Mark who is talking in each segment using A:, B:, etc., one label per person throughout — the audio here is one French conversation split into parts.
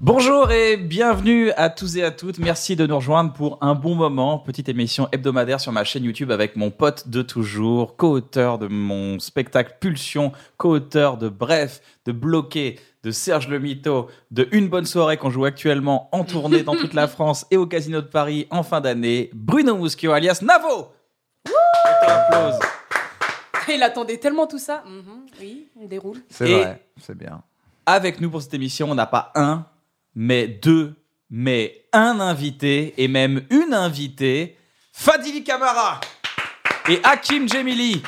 A: Bonjour et bienvenue à tous et à toutes. Merci de nous rejoindre pour un bon moment. Petite émission hebdomadaire sur ma chaîne YouTube avec mon pote de toujours, co-auteur de mon spectacle Pulsion, co-auteur de Bref, de Bloqué, de Serge Le Mito, de Une Bonne Soirée qu'on joue actuellement en tournée dans toute la France et au Casino de Paris en fin d'année. Bruno Muschio alias Navo. Auto-applause.
B: Ah, Il attendait tellement tout ça. Mhm, oui, on déroule.
C: C'est
A: Et-
C: vrai, c'est bien.
A: Avec nous pour cette émission, on n'a pas un, mais deux, mais un invité et même une invitée, Fadili Kamara et Hakim Jemili.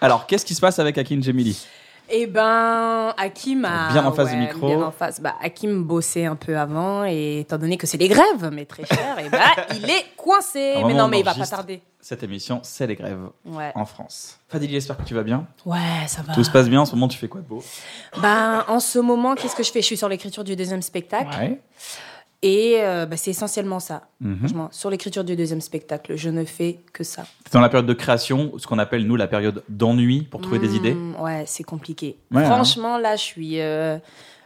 A: Alors, qu'est-ce qui se passe avec Hakim Jemili
B: Eh ben, Hakim a.
A: Bien en face du micro.
B: Bien en face. Bah, Hakim bossait un peu avant, et étant donné que c'est les grèves, mais très cher, et bah, il est coincé.
A: Au moment
B: Mais
A: où
B: non,
A: Ah, on
B: mais il va pas
A: enregistre.
B: tarder.
A: Cette émission, c'est les grèves
B: Ouais.
A: en France. Fadili, j'espère que tu vas bien.
B: Ouais, ça va.
A: Tout se passe bien en ce moment, tu fais quoi de beau
B: Ben, en ce moment, qu'est-ce que je fais Je suis sur l'écriture du deuxième spectacle. Et euh, bah, c'est essentiellement ça.
A: Mhm.
B: Franchement, sur l'écriture du deuxième spectacle, je ne fais que ça.
A: C'est dans la période de création, ce qu'on appelle nous la période d'ennui pour trouver des
B: Mmh,
A: idées.
B: Ouais, c'est compliqué.
A: Ouais, hein.
B: Franchement, là, je suis. euh,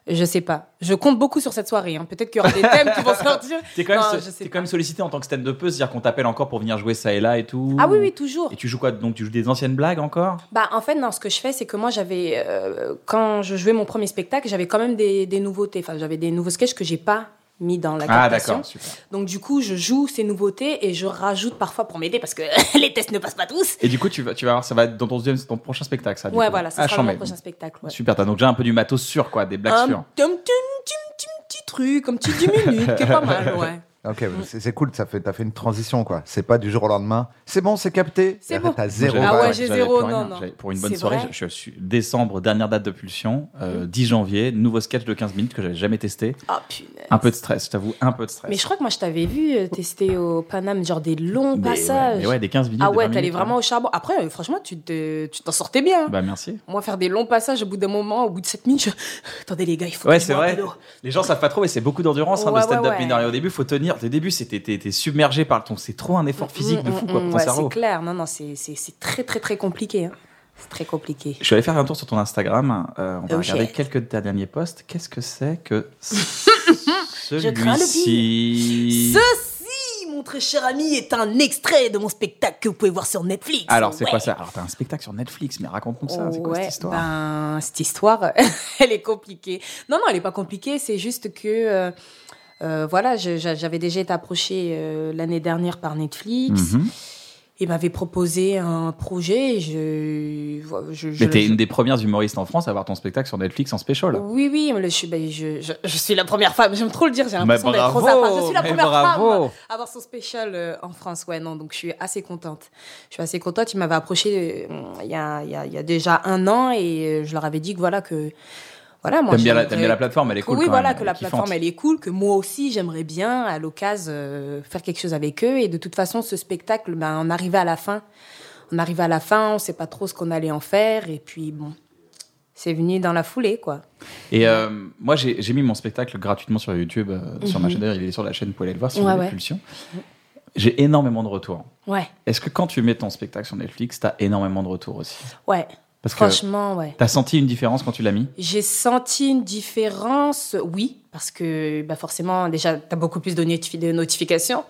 B: je sais pas. Je compte beaucoup sur cette soirée. hein. Peut-être qu'il y aura des thèmes qui vont sortir.
A: T'es quand, même
B: Non,
A: so-
B: je
A: t'es
B: sais pas.
A: quand même sollicité en tant que stand-up, c'est-à-dire qu'on t'appelle encore pour venir jouer ça et là et tout.
B: Ah oui, oui, toujours.
A: Et tu joues quoi Donc tu joues des anciennes blagues encore
B: Bah, en fait, non, ce que je fais, c'est que moi, j'avais. euh, quand je jouais mon premier spectacle, j'avais quand même des, des nouveautés. Enfin, j'avais des nouveaux sketchs que j'ai pas mis dans la
A: Ah
B: captation.
A: d'accord, super.
B: Donc, du coup, je joue ces nouveautés et je rajoute parfois pour m'aider parce que les tests ne passent pas tous.
A: Et du coup, tu vas, tu vas voir, ça va être dans ton, deuxième, ton prochain spectacle, ça. Ah, du
B: Ouais,
A: coup.
B: voilà, ça
A: Ah,
B: sera mon
A: chambé.
B: prochain spectacle. ouais.
A: Super, t'as donc déjà un peu du matos sûr, quoi, des blagues
B: Un
A: sûres.
B: petit- un petit- petit- petit- petit truc, un petit 10 minutes, qui est pas mal, ouais.
C: Ok,
B: Mm.
C: c'est c'est cool, ça fait, t'as fait une transition quoi. C'est pas du jour au lendemain. C'est bon, c'est capté.
B: C'est
C: Et
B: bon.
C: T'as zéro.
B: Ah
C: balle.
B: ouais,
A: J'avais-
B: j'ai
A: j'avais
B: zéro,
A: plus rien.
B: non, non.
A: J'avais- Pour une bonne
B: C'est
A: soirée,
B: vrai Mm.
A: je, je suis décembre, dernière date de pulsion, euh, 10 janvier, nouveau sketch de 15 minutes que j'avais jamais testé.
B: Ah, punaise.
A: Un peu de stress, je t'avoue, un peu de stress.
B: Mais je crois que moi, je t'avais vu euh, tester au Paname, genre des longs
A: Mais ouais,
B: passages.
A: mais ouais, des 15 minutes.
B: ah
A: des
B: ouais,
A: 20
B: t'allais
A: minutes,
B: vraiment
A: hein.
B: au charbon. Après, euh, franchement, tu te- tu t'en sortais bien. hein.
A: Bah merci.
B: Moi, faire des longs passages, au bout d'un moment, au bout de 7 minutes, je... Attendez, les gars, il faut
A: Ouais,
B: que je
A: c'est
B: boive
A: vrai.
B: de l'eau.
A: Les gens savent pas trop, mais c'est beaucoup d'endurance hein,
B: Ouais,
A: de
B: ouais,
A: stand-up.
B: ouais.
A: mine de rien. Au début, faut tenir. Au début, c'était- t'es t'es submergé par le ton. C'est trop un effort physique de fou, quoi,
B: Mm,
A: pour
B: mm,
A: ton
B: ouais,
A: cerveau.
B: c'est clair. Non, non, c'est c'est- c'est très, très, très compliqué. hein. C'est très compliqué.
A: Je suis allé faire un tour sur ton Instagram. Euh, on va
B: Ok.
A: regarder quelques de tes derniers posts. Qu'est-ce que c'est que
B: crains le
A: celui-ci
B: Ceci, mon très cher ami, est un extrait de mon spectacle que vous pouvez voir sur Netflix.
A: Alors, c'est
B: Ouais.
A: quoi ça Alors, t'as un spectacle sur Netflix, mais raconte-nous ça. hein, C'est quoi
B: Ouais,
A: cette histoire
B: ben, cette histoire, elle est compliquée. Non, non, elle n'est pas compliquée. C'est juste que, euh, euh, voilà, je- j'a- j'avais déjà été approchée euh, l'année dernière par Netflix.
A: Mhm.
B: Ils m'avaient proposé un projet. et Je, je, je-
A: Mais t'es
B: je-
A: une des premières humoristes en France à avoir ton spectacle sur Netflix en special.
B: Oui, oui, mais le- je, suis- ben, je, je- je suis la première femme. J'aime trop le dire, j'ai
A: Mais
B: l'impression d'être
A: bravo
B: trop à part. Je suis la
A: mais
B: première femme
A: bravo
B: à avoir son spécial euh, en France. Ouais, non, donc je suis assez contente. Je suis assez contente. Ils m'avaient approché euh, il y, a, il y a- il y a déjà un an et euh, je leur avais dit que voilà, que. Voilà, moi.
A: T'aimes bien, la-
B: j'aimerais-
A: t'aimes bien la plateforme, elle est cool.
B: oui,
A: quand
B: voilà,
A: même,
B: que la
A: elle est
B: plateforme,
A: kiffante.
B: elle est cool, que moi aussi, j'aimerais bien, à l'occasion, euh, faire quelque chose avec eux. Et de toute façon, ce spectacle, ben, on arrivait à la fin. On arrivait à la fin, on sait pas trop ce qu'on allait en faire. Et puis, bon, c'est venu dans la foulée, quoi.
A: Et euh, moi, j'ai j'ai mis mon spectacle gratuitement sur YouTube, euh, sur ma
B: Mhm.
A: chaîne. D'ailleurs, il est sur la chaîne, vous pouvez aller le voir sur
B: Ouais,
A: la
B: ouais.
A: Pulsion. J'ai énormément de retours.
B: Ouais,
A: Est-ce que quand tu mets ton spectacle sur Netflix, t'as énormément de retours aussi
B: ouais.
A: Parce que
B: Franchement, ouais.
A: t'as senti une différence quand tu l'as mis
B: J'ai senti une différence, oui, parce que bah forcément, déjà, tu as beaucoup plus de, notifi- de notifications.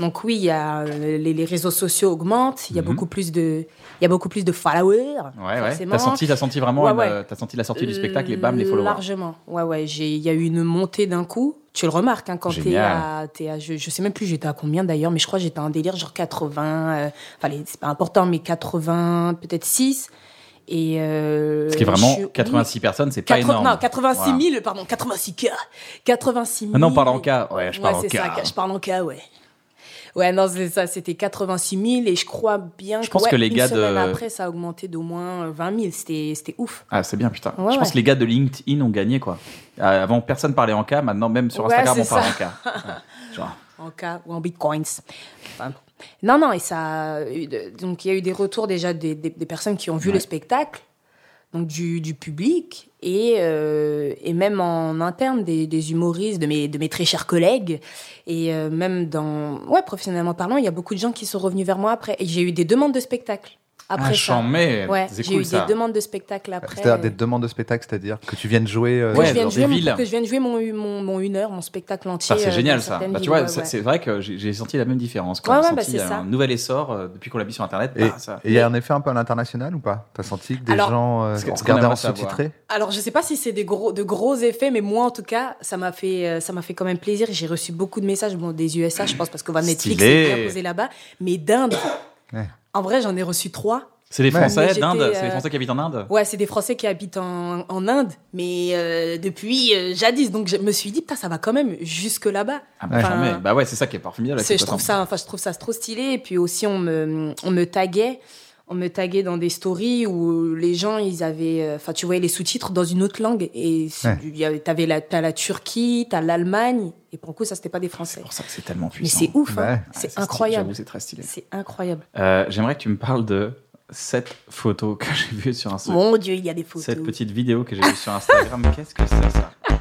B: Donc oui, il y a, euh, les, les réseaux sociaux augmentent, il y a
A: Mhm.
B: beaucoup plus de, il y a beaucoup plus de followers.
A: Ouais, ouais.
B: forcément.
A: T'as senti, t'as senti vraiment,
B: Ouais,
A: une,
B: ouais.
A: euh, t'as senti la sortie du spectacle et bam, les followers.
B: Largement. Ouais, ouais. j'ai- Il y a eu une montée d'un coup. Tu le remarques hein, quand t'es
A: Génial.
B: à, t'es à- je, je sais même plus j'étais à combien d'ailleurs, mais je crois que j'étais à un délire genre 80. euh, Enfin, les- c'est pas important, mais 80, peut-être 6. Et euh,
A: Ce qui est vraiment
B: je suis-
A: 86 personnes, c'est pas
B: 80
A: énorme.
B: Non, 86
A: Voilà.
B: 000, pardon, 86 cas. 86 000.
A: Maintenant, on parle en cas. Ouais, je parle
B: Ouais,
A: en
B: c'est ça,
A: cas.
B: je parle en cas, ouais. Ouais, non, c'est ça, c'était 86 000 et je crois bien
A: Je pense
B: ouais,
A: que les
B: une
A: gars de-
B: semaine après, ça a augmenté d'au moins 20 000. C'était c'était ouf.
A: Ah, c'est bien, putain.
B: Ouais,
A: je pense
B: ouais.
A: que les gars de LinkedIn ont gagné, quoi. Euh, Avant, personne parlait en cas. Maintenant, même sur
B: Ouais,
A: Instagram,
B: c'est
A: on parle
B: ça.
A: en cas. Ouais. Genre,
B: En cas ou en bitcoins. Enfin, non, non, et ça. a eu de- Donc, il y a eu des retours déjà des, des- des personnes qui ont vu
A: Ouais.
B: le spectacle, donc du, du public, et, euh, et même en interne des, des humoristes, de mes, de mes très chers collègues. Et euh, même dans. Ouais, professionnellement parlant, il y a beaucoup de gens qui sont revenus vers moi après. Et j'ai eu des demandes de spectacle après
A: ah,
B: ça.
A: j'en mets.
B: Ouais,
A: c'est
B: j'ai
A: cool,
B: eu
A: ça.
B: des demandes de spectacle après. euh,
C: C'est-à-dire des demandes de spectacle, c'est-à-dire que tu viennes jouer. euh,
B: que,
A: Ouais,
B: je vienne
A: dans des
B: jouer, mon-
A: villes.
B: que je vienne jouer mon, mon, mon une heure, mon spectacle entier.
A: Ça, c'est
B: euh,
A: génial,
B: dans
A: ça.
B: certaines
A: Bah, tu
B: villes,
A: vois,
B: ouais,
A: c'est
B: ouais.
A: c'est vrai que j'ai j'ai senti la même différence. quoi.
B: Ouais,
A: J'ai
B: ouais, bah,
A: senti
B: c'est ça.
A: un nouvel essor euh, depuis qu'on l'a mis sur Internet.
C: Et
A: Bah, ça-
C: et il y a un effet un peu à l'international ou pas T'as senti que des
B: Alors-
C: gens euh,
A: Ce que- ce qu'on
C: regardaient
A: aimerait
C: en sous-titré
B: Alors, je sais pas si c'est des gros, de gros effets, mais moi, en tout cas, ça m'a fait, euh, ça m'a fait quand même plaisir. J'ai reçu beaucoup de messages, bon, des USA, je pense, parce que va Netflix
A: Stylé.
B: est bien posé là-bas, mais d'Inde.
C: Ouais.
B: En vrai, j'en ai reçu trois.
A: C'est les
C: Ouais.
A: Français
B: Mais
A: d'Inde.
B: j'étais,
A: C'est les
B: euh,
A: Français qui habitent en Inde.
B: Ouais, c'est des Français qui habitent en, en Inde, mais euh, depuis euh, jadis. Donc, je me suis dit, putain, ça va quand même jusque là-bas.
A: Ah, bah, j'en
B: Enfin,
A: mets. Bah ouais, c'est ça qui est parfumé.
B: C'est- je trouve ça, enfin, je trouve ça trop stylé. Et puis aussi, on me, on me taguait, on me taguait dans des stories où les gens, ils avaient, euh, enfin, tu voyais les sous-titres dans une autre langue. Et c'est-
C: Ouais.
B: il y avait- t'avais la, t'as la Turquie, t'as l'Allemagne. Et pour le coup, ça, c'était pas des
A: C'est
B: Français.
A: pour ça que c'est tellement
B: Mais
A: puissant.
B: c'est ouf, hein.
C: Ouais.
A: Ah,
B: c'est
A: stylé,
B: incroyable.
A: J'avoue, c'est très stylé.
B: C'est incroyable.
A: Euh, J'aimerais que tu me parles de cette photo que j'ai vue sur Instagram.
B: Mon Dieu, il y a des photos.
A: Cette petite vidéo que j'ai vue sur Instagram, qu'est-ce que c'est
B: Ah,
A: ça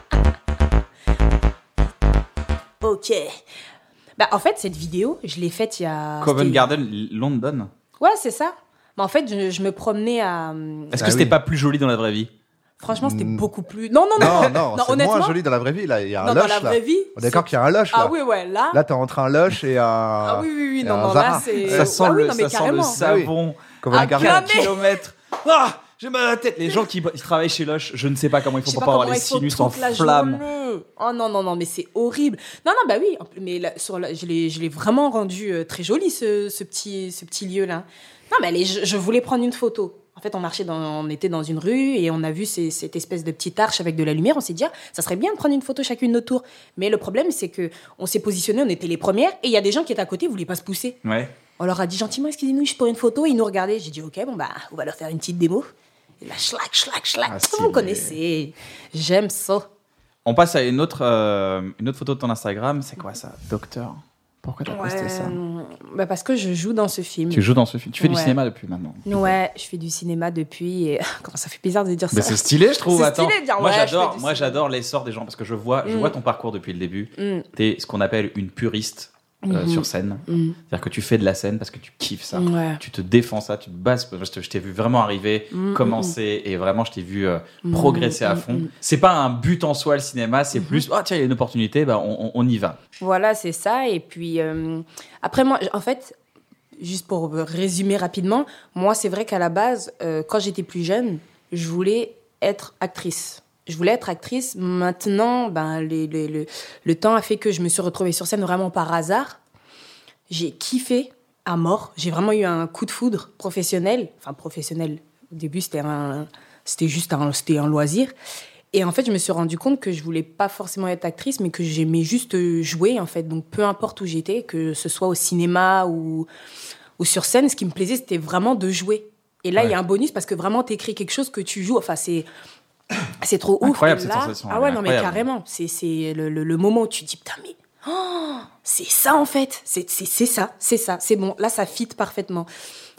B: Ok. Bah, en fait, cette vidéo, je l'ai faite il y a.
A: Covent
B: c'était-
A: Garden, L- London.
B: Ouais, c'est ça. Mais en fait, je, je me promenais à. hum,
A: Est-ce
C: Bah
A: que c'était
C: oui.
A: pas plus joli dans la vraie vie
B: Franchement, c'était
C: Mm.
B: beaucoup plus. Non, non, non,
C: Non,
B: non.
C: non, c'est
B: honnêtement.
C: moins joli dans la vraie vie. Là, il y a un
B: non, dans la
C: loche. là.
B: vraie vie.
C: On est d'accord
B: c'est-
C: qu'il y a un loche
B: Ah
C: là.
B: oui, ouais, là.
C: Là, t'es entre un loche et un.
B: Ah oui, oui, oui,
C: Et
B: non,
C: un
B: non,
C: Zara.
B: là, c'est.
A: Ça sent
B: Ah oui,
A: le,
B: non, mais
A: ça sent le
B: carrément.
A: savon
C: Comme
A: à
C: un gardien.
B: garage.
A: 4 km. Ah J'ai mal à la tête. Les gens qui, qui travaillent chez Loche, je ne sais pas comment ils
B: Je
A: font
B: sais
A: pour
B: pas
A: pas avoir
B: comment
A: les
B: ils font
A: sinus en
B: toute la
A: flammes.
B: journée. Oh non, non, non, mais c'est horrible. Non, non, bah oui, en plus, mais là, sur la- je l'ai je l'ai vraiment rendu euh, très joli, ce, ce petit, ce petit lieu-là. Non, mais allez, je, je voulais prendre une photo. En fait, on marchait dans, on était dans une rue et on a vu ces- cette espèce de petite arche avec de la lumière. On s'est dit, ah, ça serait bien de prendre une photo chacune de notre tour. Mais le problème, c'est que on s'est positionné, on était les premières et il y a des gens qui étaient à côté, ils voulaient pas se pousser.
A: Ouais.
B: On leur a dit gentiment, excusez-nous, je pour une photo. Ils nous regardaient. J'ai dit, ok, bon, bah, on va leur faire une petite démo. Et là, schlac, schlac, schlac.
A: Ah,
B: Vous
A: stylé.
B: me connaissez. J'aime ça.
A: On passe à une autre, euh, une autre photo de ton Instagram. C'est quoi ça Docteur Pourquoi t'as posté ça
B: Euh, bah, parce que je joue dans ce film.
A: Tu joues dans ce film. Tu fais du
B: Ouais.
A: cinéma depuis maintenant.
B: Ouais, je fais du cinéma depuis. et- Comment ça fait bizarre de dire
A: Mais
B: ça.
A: c'est stylé, je trouve.
B: C'est
A: Attends,
B: stylé de dire,
A: moi
B: ouais, je
A: j'adore,
B: fais du
A: moi
B: cinéma.
A: j'adore l'essor des gens parce que je vois, je
B: Mm.
A: vois ton parcours depuis le début.
B: Mm.
A: T'es ce qu'on appelle une puriste euh,
B: Mhm.
A: sur scène,
B: Mm.
A: c'est-à-dire que tu fais de la scène parce que tu kiffes ça.
B: Ouais.
A: Tu te défends ça, tu te bases. parce que Je te- je t'ai vu vraiment arriver,
B: Mm,
A: commencer et vraiment je t'ai vu euh,
B: Mm,
A: progresser à
B: mm,
A: fond.
B: mm.
A: C'est pas un but en soi le cinéma,
B: Mm-hmm.
A: c'est plus ah tiens il y a une opportunité, bah on, on- on y va.
B: Voilà, c'est ça. Et puis, euh, après, moi, en fait, juste pour résumer rapidement, moi, c'est vrai qu'à la base, euh, quand j'étais plus jeune, je voulais être actrice. Je voulais être actrice. Maintenant, ben, les- les- le, le temps a fait que je me suis retrouvée sur scène vraiment par hasard. J'ai kiffé à mort. J'ai vraiment eu un coup de foudre professionnel. Enfin, professionnel. Au début, c'était un, c'était juste un, c'était un loisir. Et en fait, je me suis rendu compte que je voulais pas forcément être actrice, mais que j'aimais juste euh, jouer, en fait. Donc, peu importe où j'étais, que ce soit au cinéma ou, ou sur scène, ce qui me plaisait, c'était vraiment de jouer. Et là, il y a un bonus parce que vraiment, t'écris quelque chose que tu joues. Enfin, c'est. C'est trop ouf.
A: Incroyable,
B: Et
A: cette
B: là-
A: sensation,
B: Ah
A: elle
B: ouais,
A: est
B: non, mais
A: incroyable.
B: carrément. C'est- C'est le, le- le moment où tu te dis, putain, mais c'est ça en fait, c'est c'est- c'est ça, c'est ça, c'est bon, là ça fit parfaitement.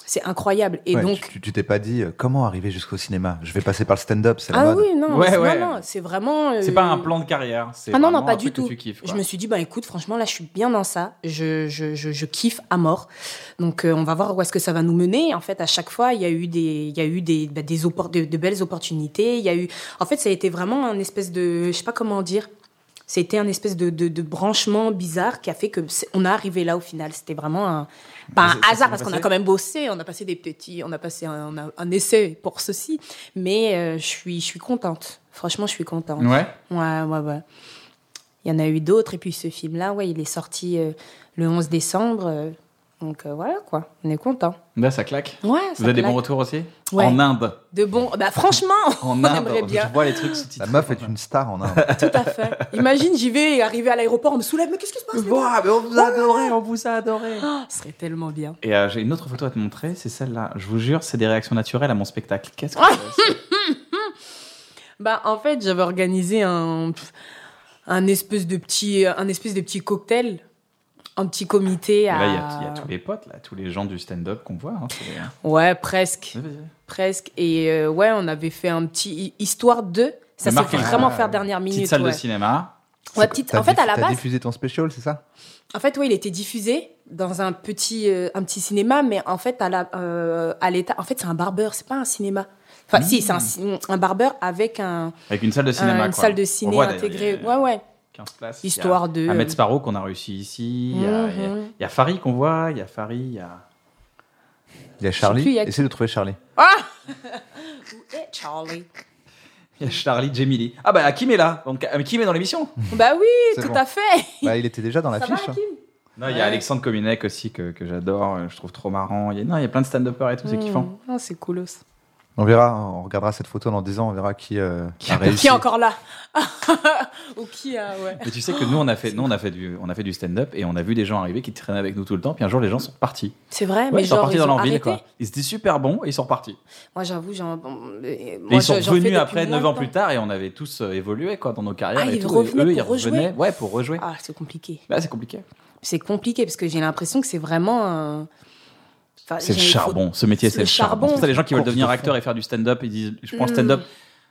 B: C'est incroyable. Et
C: Ouais,
B: donc.
C: tu- tu tu t'es pas dit euh, comment arriver jusqu'au cinéma Je vais passer par le stand-up, c'est la
B: Ah
C: mode.
B: oui, non,
A: Ouais,
B: c'est-
A: ouais.
B: non, non, c'est vraiment. euh,
A: C'est pas un plan de carrière. c'est
B: Ah non, non,
A: vraiment
B: pas
A: un
B: du
A: truc que
B: tout.
A: tu kiffes,
B: je
A: quoi.
B: me suis dit, bah écoute, franchement, là, je suis bien dans ça. Je, je, je, je kiffe à mort. Donc, euh, on va voir où est-ce que ça va nous mener. En fait, à chaque fois, il y a eu des, il y a eu des, bah, des oppor- de, de belles opportunités. Il y a eu, en fait, ça a été vraiment un espèce de, je sais pas comment dire. C'était un espèce de, de, de branchement bizarre qui a fait que c'est- on est arrivé là au final. C'était vraiment un, pas
A: ça-
B: un
A: ça s'est
B: hasard
A: bien
B: parce qu'on a
A: passé
B: quand même bossé, on a passé des petits, on a passé un, un- un essai pour ceci. Mais euh, je suis, je suis contente. Franchement, je suis contente.
A: Ouais.
B: Ouais, ouais, ouais. Il y en a eu d'autres. Et puis ce film-là, ouais, il est sorti euh, le 11 décembre. euh, Donc euh, voilà quoi, on est content.
A: Là, Bah, ça claque.
B: Ouais,
A: Vous avez des bons retours aussi
B: Ouais.
A: En Inde.
B: De bons. Bah franchement,
A: En
B: On
A: Inde,
B: aimerait bien.
A: je vois les trucs sous-titrés.
C: La meuf est une star en Inde.
B: tout à fait. Imagine, j'y vais et arriver à l'aéroport, on me soulève. Mais qu'est-ce qui se passe les gars
A: Ah, mais on vous a adoré, on vous a adoré.
B: Ah, Ce serait tellement bien.
A: Et euh, j'ai une autre photo à te montrer, c'est celle-là. Je vous jure, c'est des réactions naturelles à mon spectacle. Qu'est-ce
B: Ah.
A: que c'est
B: Bah en fait, j'avais organisé un pff, un espèce de petit euh, un espèce de petit cocktail, un petit comité
A: Et
B: à.
A: Là, il y a- il y,
B: Ah.
A: a tous les potes, là, tous les gens du stand-up qu'on voit. hein, c'est-
B: Ouais, presque,
A: Vas-y, vas-y.
B: presque. Et euh, ouais, on avait fait un petit histoire de.
A: Mais
B: Ça s'est
A: marqué.
B: fait vraiment
C: Ah,
B: faire dernière minute.
A: Petite salle
B: ouais.
A: de cinéma.
B: Ouais, petite-
C: T'as
B: En fait,
C: diff-
B: à la
C: T'as
B: base,
C: diffusé ton special, c'est ça
B: En fait, oui, il était diffusé dans un petit, euh, un petit cinéma, mais en fait, à la, euh, à l'état, en fait, c'est un barbeur, c'est pas un cinéma. Enfin,
A: Mmh.
B: si, c'est un, ci- un barbeur avec un,
A: Avec une salle de cinéma.
B: un- Euh, une
A: quoi.
B: salle de
A: On
B: ciné
A: voit, d'ailleurs,
B: intégrée.
A: il y
B: Ouais,
A: a
B: ouais.
A: 15 places.
B: Histoire
A: Il y
B: de.
A: a Ahmed Sparrow qu'on a réussi ici. Il y a- il y a-
B: Mhm.
A: il y a Farid qu'on voit, il y a Farid, il y a.
C: Il y a Charlie.
B: plus, il y a-
C: Essaye de trouver Charlie.
B: Eh, Charlie.
A: Il y a Charlie Gemili. Ah bah Kim est là. Donc euh, Kim est dans l'émission.
B: bah oui,
C: C'est
B: tout
C: bon.
B: à fait.
C: Bah, il était déjà dans
B: Ça va,
C: l'affiche. hein.
B: Hakim
A: Non, il y a
B: Ouais.
A: Alexandre Kominek aussi que, que j'adore, euh, je trouve trop marrant. Il y a, non, il y a plein de stand-uppers et tout, c'est kiffant.
B: Mmh. Ah, c'est coolos.
C: On verra, on regardera cette photo dans 10 ans, on verra qui, euh,
A: Qui
C: a
A: a-
C: réussi.
B: Qui est encore là Ou qui a, ouais.
A: Mais tu sais que nous, on a fait, nous, on a fait du, on a fait du stand-up et on a vu des gens arriver qui traînaient avec nous tout le temps. Puis un jour, les gens sont partis.
B: C'est vrai,
A: Ouais,
B: Ah, mais
A: ils sont
B: genre,
A: partis
B: ils
A: dans
B: ont
A: leur ville,
B: arrêté.
A: quoi. Ils étaient super bons et ils sont repartis.
B: Moi, j'avoue, j'en. bon, euh,
A: Et
B: moi,
A: ils sont
B: j'en fais
A: revenus
B: depuis
A: après
B: moins
A: 9
B: de
A: ans
B: temps.
A: plus tard et on avait tous euh, évolué quoi dans nos carrières
B: Ah,
A: et
B: ils
A: tout.
B: revenaient
A: et eux, ils
B: pour rejouer
A: revenaient, ouais, pour rejouer.
B: Ah, c'est compliqué.
A: Là, c'est compliqué.
B: C'est compliqué parce que j'ai l'impression que c'est vraiment un. Enfin,
A: C'est le
B: Bah, j'ai-
A: charbon. Ce métier,
B: C'est
A: c'est
B: le
A: le charbon. Oh,
B: charbon.
A: C'est pour ça les gens qui veulent
C: Course de
A: devenir
C: fond.
A: acteurs et faire du stand-up, ils disent, je prends le
B: Mm.
A: stand-up.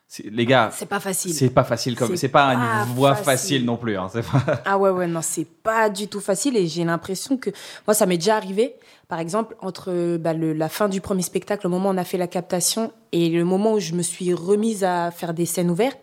A: C'est- Les gars,
B: faut- C'est pas facile.
A: c'est pas facile comme,
B: C'est
A: c'est pas une
B: pas
A: voie
B: facile.
A: facile non plus. hein, c'est pas-
B: Ah ouais, ouais, non, c'est pas du tout facile et j'ai l'impression que. Moi, ça m'est déjà arrivé, par exemple, entre bah, le- la fin du premier spectacle, le moment où on a fait la captation et le moment où je me suis remise à faire des scènes ouvertes,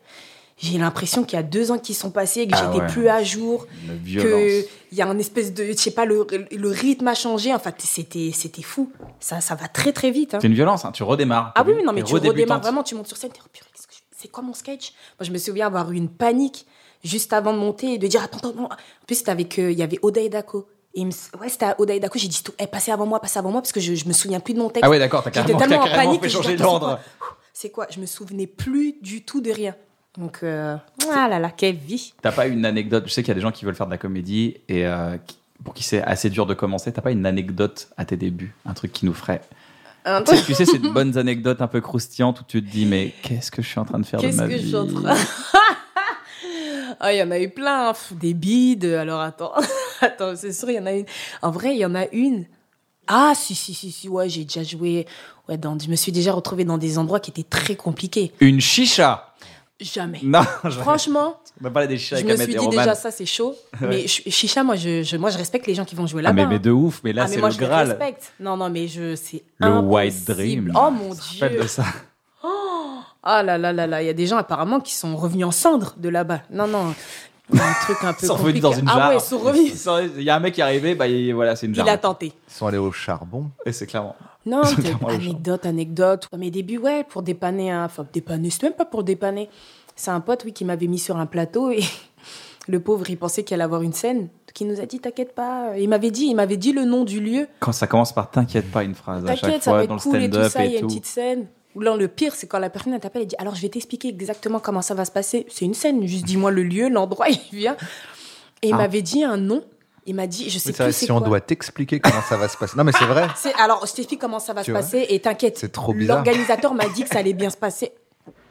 B: j'ai l'impression qu'il y a deux ans qui sont passés et que
A: Ah
B: j'étais
A: ouais.
B: plus à jour.
A: Une
B: que
A: violence.
B: il y a un espèce de je sais pas le, le rythme a changé enfin t- c'était c'était fou ça ça va très très vite hein.
A: C'est une violence, hein, tu redémarres.
B: Ah
A: T'as
B: oui,
A: vu
B: oui, non, mais
A: T'es
B: tu redémarres
A: redébutante.
B: vraiment, tu montes sur scène, t'es oh, purée, qu'est-ce que je fais c'est quoi mon sketch Moi, je me souviens avoir eu une panique juste avant de monter et de dire attends, attends, non. En plus, c'était avec, euh, il y avait Oda et Dako. Et il me- Ouais, c'était à Oda et Dako, j'ai dit tout, eh, passez avant moi, passez avant moi, parce que je, je me souviens plus de mon texte.
A: Ah ouais, d'accord, t'as
B: J'étais
A: carrément, t'as
B: tellement en
A: carrément
B: panique
A: fait
B: que je
A: changer
B: dis, attends, c'est
A: d'ordre.
B: C'est quoi Je me souvenais plus du tout de rien. Donc, euh, ah là là, quelle vie
A: T'as pas une anecdote Je sais qu'il y a des gens qui veulent faire de la comédie et euh, qui- pour qui c'est assez dur de commencer. T'as pas une anecdote à tes débuts Un truc qui nous ferait.
B: Un
A: Tu
B: truc-
A: sais, tu sais, ces bonnes anecdotes un peu croustillantes où tu te dis, mais qu'est-ce que je suis en train de faire de
B: Qu'est-ce
A: ma
B: que je
A: vie
B: suis en train Ah, il y en a eu plein, hein. Pff, des bides. Alors attends, attends, c'est sûr, il y en a une. En vrai, il y en a une. Ah, si, si, si, si, ouais, j'ai déjà joué. Ouais, dans, je me suis déjà retrouvée dans des endroits qui étaient très compliqués.
A: Une chicha
B: Jamais.
A: Non, je
B: Franchement,
A: on va pas aller des chichas
B: je
A: avec
B: me
A: Ahmed
B: suis
A: et
B: dit
A: Roman.
B: déjà ça, c'est chaud. Mais ch- chicha, moi je, je- moi, je respecte les gens qui vont jouer
A: Ah,
B: là-bas.
A: mais, mais
B: hein.
A: de ouf, mais là,
B: Ah, mais
A: c'est
B: moi,
A: le
B: je les
A: Graal.
B: respecte. Non, non, mais je, c'est
A: Le White
B: impossible.
A: Dream.
B: Oh mon
A: Tu te rappelles
B: dieu.
A: de ça
B: Ah là là là là, il y a des gens apparemment qui sont revenus en cendres de là-bas. Non, non, un truc un peu
A: Ils sont revenus
B: compliqué.
A: dans une jarre.
B: Ah ouais, ils sont revenus.
A: Ils sont- Il y a un mec qui est arrivé, bah, il- voilà, c'est une jarre.
B: Il a tenté.
C: Ils sont allés au charbon.
A: Et c'est clairement.
B: Non,
A: Ils sont
B: t'es-
A: vraiment
B: anecdote, anecdote. Dans mes débuts, ouais, pour dépanner, un- enfin dépanner, c'est même pas pour dépanner. C'est un pote, oui, qui m'avait mis sur un plateau et le pauvre, il pensait qu'il allait avoir une scène. Qui nous a dit, t'inquiète pas. Il m'avait dit, il m'avait dit le nom du lieu.
A: Quand ça commence par t'inquiète pas une phrase à chaque
B: T'inquiète, ça va
A: fois
B: être
A: dans le
B: cool et tout
A: stand-up
B: ça, il y a
A: et
B: une
A: tout.
B: petite scène. Ou là, le pire, c'est quand la personne elle t'appelle et dit Alors, je vais t'expliquer exactement comment ça va se passer. C'est une scène, juste dis-moi le lieu, l'endroit, il vient. Et il
A: Ah.
B: m'avait dit un nom. Il m'a dit Je sais
C: Oui, ça,
B: plus c'est
C: si on
B: quoi.
C: doit t'expliquer comment ça va se passer. Non, mais c'est vrai.
B: C'est- Alors, je t'explique comment ça va
C: Tu
B: se
C: vois
B: passer et t'inquiète.
C: C'est trop bizarre.
B: L'organisateur m'a dit que ça allait bien se passer.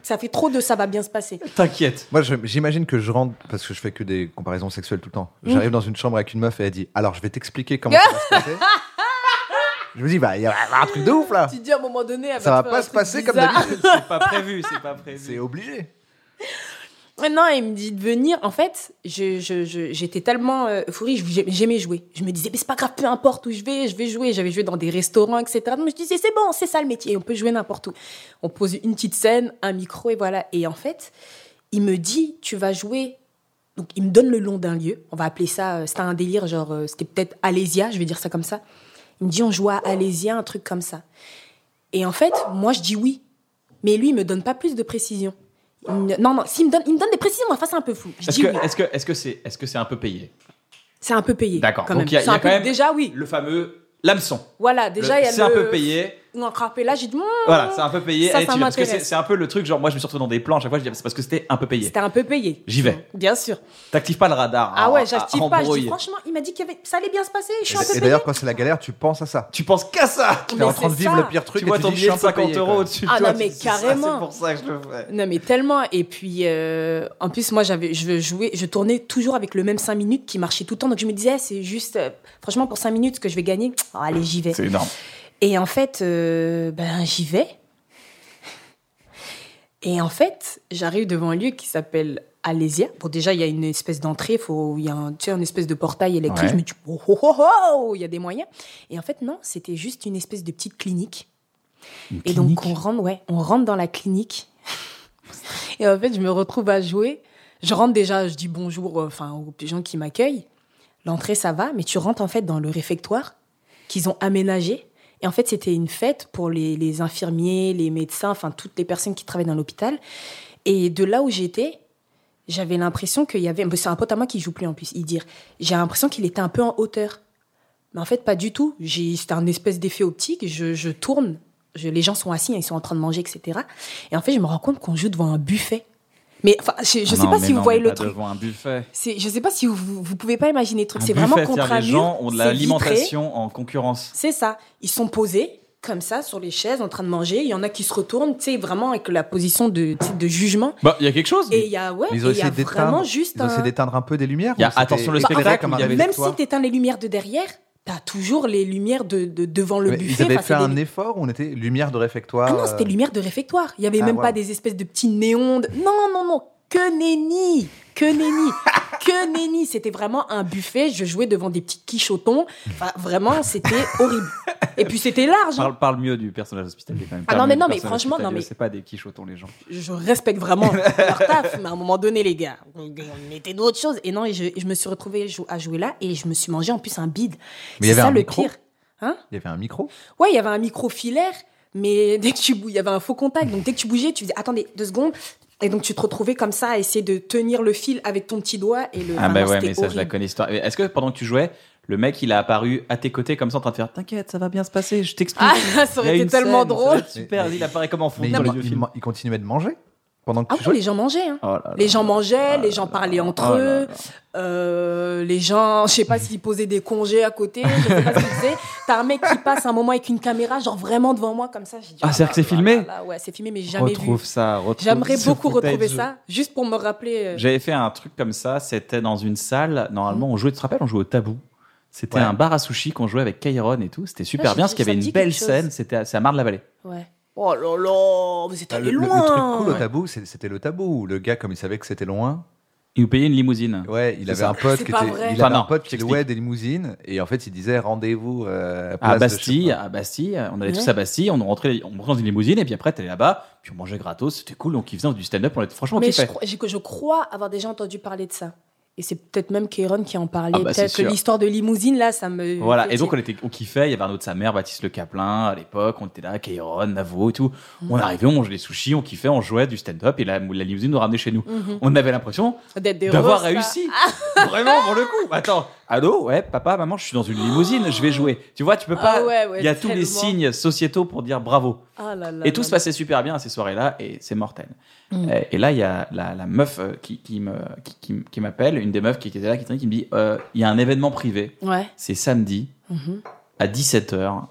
B: Ça fait trop de ça va bien se passer.
A: T'inquiète.
C: Moi, je- j'imagine que je rentre, parce que je fais que des comparaisons sexuelles tout le temps. J'arrive dans une chambre avec une meuf et elle dit Alors, je vais t'expliquer comment ça va se passer. Je me dis Bah, il y a un truc de ouf là.
B: Tu te dis à un moment donné, elle
C: Ah. Ça
B: te faire
C: va pas
B: Ah, bah, un
C: se
B: truc
C: passer comme
B: bizarre.
C: d'habitude.
A: C'est pas prévu, c'est pas
C: C'est
A: prévu.
C: obligé.
B: Ouais, Non, il me dit de venir. En fait, je- je- je- j'étais tellement euh, euphorie, je- j'ai- j'aimais jouer. Je me disais, mais c'est pas grave, peu importe où je vais, je vais jouer. J'avais joué dans des restaurants, etc. Donc je disais, c'est bon, c'est ça le métier, on peut jouer n'importe où. On pose une petite scène, un micro, et voilà. Et en fait, il me dit, tu vas jouer. Donc il me donne le nom d'un lieu. On va appeler ça, euh, c'était un délire, genre, euh, c'était peut-être Alésia, je vais dire ça comme ça. Il me dit, on joue à Alésia, un truc comme ça. Et en fait, moi, je dis oui. Mais lui, il me donne pas plus de précisions. Il me- Non, non, s'il me donne, il me donne des précisions, enfin, c'est un peu flou. Je
A: Est-ce
B: dis
A: que
B: oui.
A: est-ce que est-ce que c'est est-ce que c'est un peu payé
B: C'est un peu payé.
A: D'accord.
B: quand
A: Donc,
B: même.
A: il y a- il y a
B: C'est un
A: quand
B: peu-
A: même-
B: Déjà, oui.
A: Le fameux L'hameçon.
B: Voilà, déjà,
A: Le-
B: il y a
A: C'est un
B: le-
A: peu payé.
B: Ou encore un peu là, j'ai dit, Mouah,
A: Voilà, c'est un peu payé.
B: Ça,
A: Eh,
B: ça
A: tu- parce que c'est
B: m'intéresse.
A: c'est un peu le truc, genre moi je me suis retrouvé dans des plans à chaque fois, je dis ah, c'est parce que c'était un peu payé.
B: c'était un peu payé.
A: J'y vais.
B: Bien sûr.
A: T'actives pas le radar.
B: Ah
A: en-
B: ouais, j'active
A: en
B: pas. Je dis,
A: brouille.
B: franchement, il m'a dit que ça allait bien se passer. Je suis un peu
C: Et
B: payé.
C: d'ailleurs, quand c'est la galère, tu penses à ça.
A: Tu penses qu'à ça
C: Tu
B: Mais
C: es en train de
B: c'est
C: vivre
B: ça.
C: le pire truc
A: Tu vois
C: et
A: ton
C: dis, je suis
A: billet
C: un
A: de
C: peu payé,
A: 50 euros
C: quoi.
A: au-dessus.
B: Ah
A: de toi,
B: non,
A: tu
B: mais
A: dis, ça, C'est
B: carrément.
A: pour ça que je le ferais.
B: Non mais tellement et puis euh, en plus moi j'avais je jouais je tournais toujours avec le même 5 minutes qui marchait tout le temps donc je me disais c'est juste euh, franchement pour 5 minutes ce que je vais gagner oh, allez j'y vais
A: C'est énorme.
B: et en fait euh, ben j'y vais et en fait j'arrive devant un lieu qui s'appelle Alésia bon déjà il y a une espèce d'entrée faut il y a un, tu sais, une espèce de portail électrique
A: Ouais.
B: mais tu oh oh oh, oh, il y a des moyens et en fait non c'était juste une espèce de petite clinique et donc on rentre, ouais, on rentre dans la clinique. Et en fait, je me retrouve à jouer. Je rentre déjà, je dis bonjour, euh, enfin aux gens qui m'accueillent. L'entrée, ça va, mais tu rentres en fait dans le réfectoire qu'ils ont aménagé. Et en fait, c'était une fête pour les, les infirmiers, les médecins, enfin toutes les personnes qui travaillent dans l'hôpital. Et de là où j'étais, j'avais l'impression qu'il y avait. mais C'est un pote à moi qui joue plus en plus. Il dire, j'ai l'impression qu'il était un peu en hauteur. Mais en fait, pas du tout. J'ai- C'était un espèce d'effet optique. Je, je tourne. Je, les gens sont assis, hein, ils sont en train de manger, etc. Et en fait, je me rends compte qu'on joue devant un buffet. Ah Mais enfin, je, je sais pas si vous voyez le truc.
A: Je vois un buffet.
B: C'est- Je sais pas si vous, vous, vous pouvez pas imaginer le truc.
A: Un
B: C'est vraiment
A: buffet, c'est-à-dire,
B: contre un
A: Les
B: mur.
A: gens ont de
B: c'est vitré.
A: l'alimentation en concurrence.
B: C'est ça. Ils sont posés comme ça sur les chaises en train de manger. Il y en a qui se retournent, tu sais, vraiment avec la position de, tu sais, de jugement.
A: Bah, il y a quelque chose.
B: Et il y a, ouais,
C: Mais
B: et
C: ils ont
B: il y a
C: essayé
B: vraiment
C: d'éteindre.
B: juste
C: Ils ont essayé
B: un...
C: d'éteindre un peu des lumières.
A: Il y a
C: ou c'était
A: attention, le
C: éclairé
A: spectacle,
C: comme
A: où il y avait-
B: Même si
C: réfectoire
B: tu éteins les lumières de derrière, tu as toujours les lumières de, de- devant le
C: Mais
B: buffet.
C: Ils avaient
B: Enfin,
C: fait
B: c'est
C: un
B: des-
C: effort où on était lumière de réfectoire.
B: Ah non,
C: euh,
B: c'était lumière de réfectoire. Il y avait
C: Ah,
B: même
C: ouais.
B: pas des espèces de petits néons. de- Non, non, non. Que nenni. Que nenni. que nenni. C'était vraiment un buffet. Je jouais devant des petits quichotons. Enfin, vraiment, c'était horrible. Et puis, c'était large. hein.
A: Parle, parle mieux du personnage hospitalier quand même.
B: Ah
A: Parle
B: non, mais
A: mieux
B: non,
A: du
B: mais
A: personnage
B: franchement, non,
A: hospitalier,
B: mais-
A: C'est pas des quichotons, les gens.
B: je respecte vraiment leur taf, mais à un moment donné, les gars, on était d'autres choses. Et non, et je, je me suis retrouvée jou- à jouer là et je me suis mangé en plus un bide.
C: Mais il
B: C'est
C: y avait
B: ça
C: un
B: le
C: micro
B: pire. Hein
C: Il y avait un micro.
B: Ouais, il y avait un micro filaire, mais dès que tu bouges, il y avait un faux contact. Donc dès que tu bougeais, tu disais attendez deux secondes. Et donc tu te retrouvais comme ça à essayer de tenir le fil avec ton petit doigt et le.
A: Ah
B: enfin,
A: bah
B: non,
A: ouais,
B: c'était
A: mais ça, je la
B: horrible.
A: connais l'histoire. Mais Est-ce que pendant que tu jouais, le mec, il a apparu à tes côtés comme ça en train de faire T'inquiète, ça va bien se passer, je t'explique.
B: Ah,
A: Il y a
B: ça aurait été
A: une
B: tellement
A: scène, ça va
B: drôle.
A: être Super, il apparaît comme en fond
C: Mais
A: dans
C: il,
A: les vieux
C: il-
A: films.
C: il continuait de manger pendant que
B: Ah
C: tu
B: ouais,
C: jouais.
B: les gens mangeaient. hein.
A: Oh là là.
B: Les gens mangeaient,
A: là
B: les gens
A: là
B: parlaient
A: là.
B: entre
A: Oh là
B: eux,
A: là.
B: euh, les gens, je sais pas s'ils posaient des congés à côté, je sais pas ce qu'ils faisaient. T'as un mec qui passe un moment avec une caméra, genre vraiment devant moi comme ça. j'ai dit, oh
A: Ah, c'est-à-dire que c'est filmé
B: là là, Ouais, c'est filmé, mais j'ai jamais
A: retrouve
B: vu.
A: ça, retrouve
B: J'aimerais
A: ce
B: beaucoup
A: footage.
B: retrouver ça, juste pour me rappeler. euh,
A: J'avais fait un truc comme ça, c'était dans une salle, normalement on jouait, tu te rappelles, on jouait au tabou. C'était
C: Ouais.
A: un bar à sushi qu'on jouait avec Kairon et tout, c'était super bien
B: Ah, j'ai-
A: parce qu'il y
B: ça
A: avait
B: me
A: une
B: dit
A: belle
B: quelque
A: scène,
B: chose.
A: c'était à c'est à Marne-la-Vallée.
B: Ouais. Oh là là, vous
A: Bah,
B: êtes
C: Le,
B: allés
C: le- le
B: loin.
C: truc cool au tabou, c'est- c'était le tabou. où Le gars, comme il savait que c'était loin,
A: Ils nous payaient une limousine.
C: ouais, il
A: C'est
C: avait
A: ça.
C: un pote
B: C'est
C: qui
B: pas
C: était,
B: vrai.
C: il avait
A: Enfin, non,
C: un pote qui
A: j'explique.
C: louait des limousines et en fait, il disait rendez-vous euh,
A: À
C: place de-
A: Bastille, à Bastille, on allait
B: Ouais.
A: tous à Bastille, on rentrait, on rentrait dans une limousine et puis après t'allais là-bas, puis on mangeait gratos, c'était cool, donc ils faisaient du stand-up, on était franchement on
B: Mais je
A: kiffait.
B: crois, j'ai- je crois avoir déjà entendu parler de ça. Et c'est peut-être même Kéron qui en parlait.
A: Ah bah, c'est
B: peut-être que
A: sûr.
B: l'histoire de limousine, là, ça me.
A: Voilà, et donc on, était, on kiffait, il y avait un autre sa mère, Baptiste Le Caplin, à l'époque, on était là, Kairon, Navo et tout. On arrivait, on mangeait des sushis, on kiffait, on jouait du stand-up et la, la limousine nous ramenait chez nous.
B: Mhm.
A: On avait l'impression
B: D'être des
A: d'avoir
B: roses, là.
A: réussi.
B: Ah.
A: Vraiment, pour le coup. Attends, allô, ouais, papa, maman, je suis dans une limousine, je vais jouer. Tu vois, tu peux pas.
B: Ah ouais, ouais,
A: il y a tous les
B: tellement.
A: signes sociétaux pour dire bravo.
B: Ah là là
A: Et tout
B: là
A: se
B: là.
A: passait super bien à ces soirées-là, et c'est mortel.
B: Mm.
A: Euh, Et là, il y a la, la meuf euh, qui, qui me- qui- qui- qui m'appelle, une des meufs qui était là, qui, traînait, qui me dit euh, il y a un événement privé,
B: Ouais.
A: c'est samedi
B: Mhm.
A: à 17h.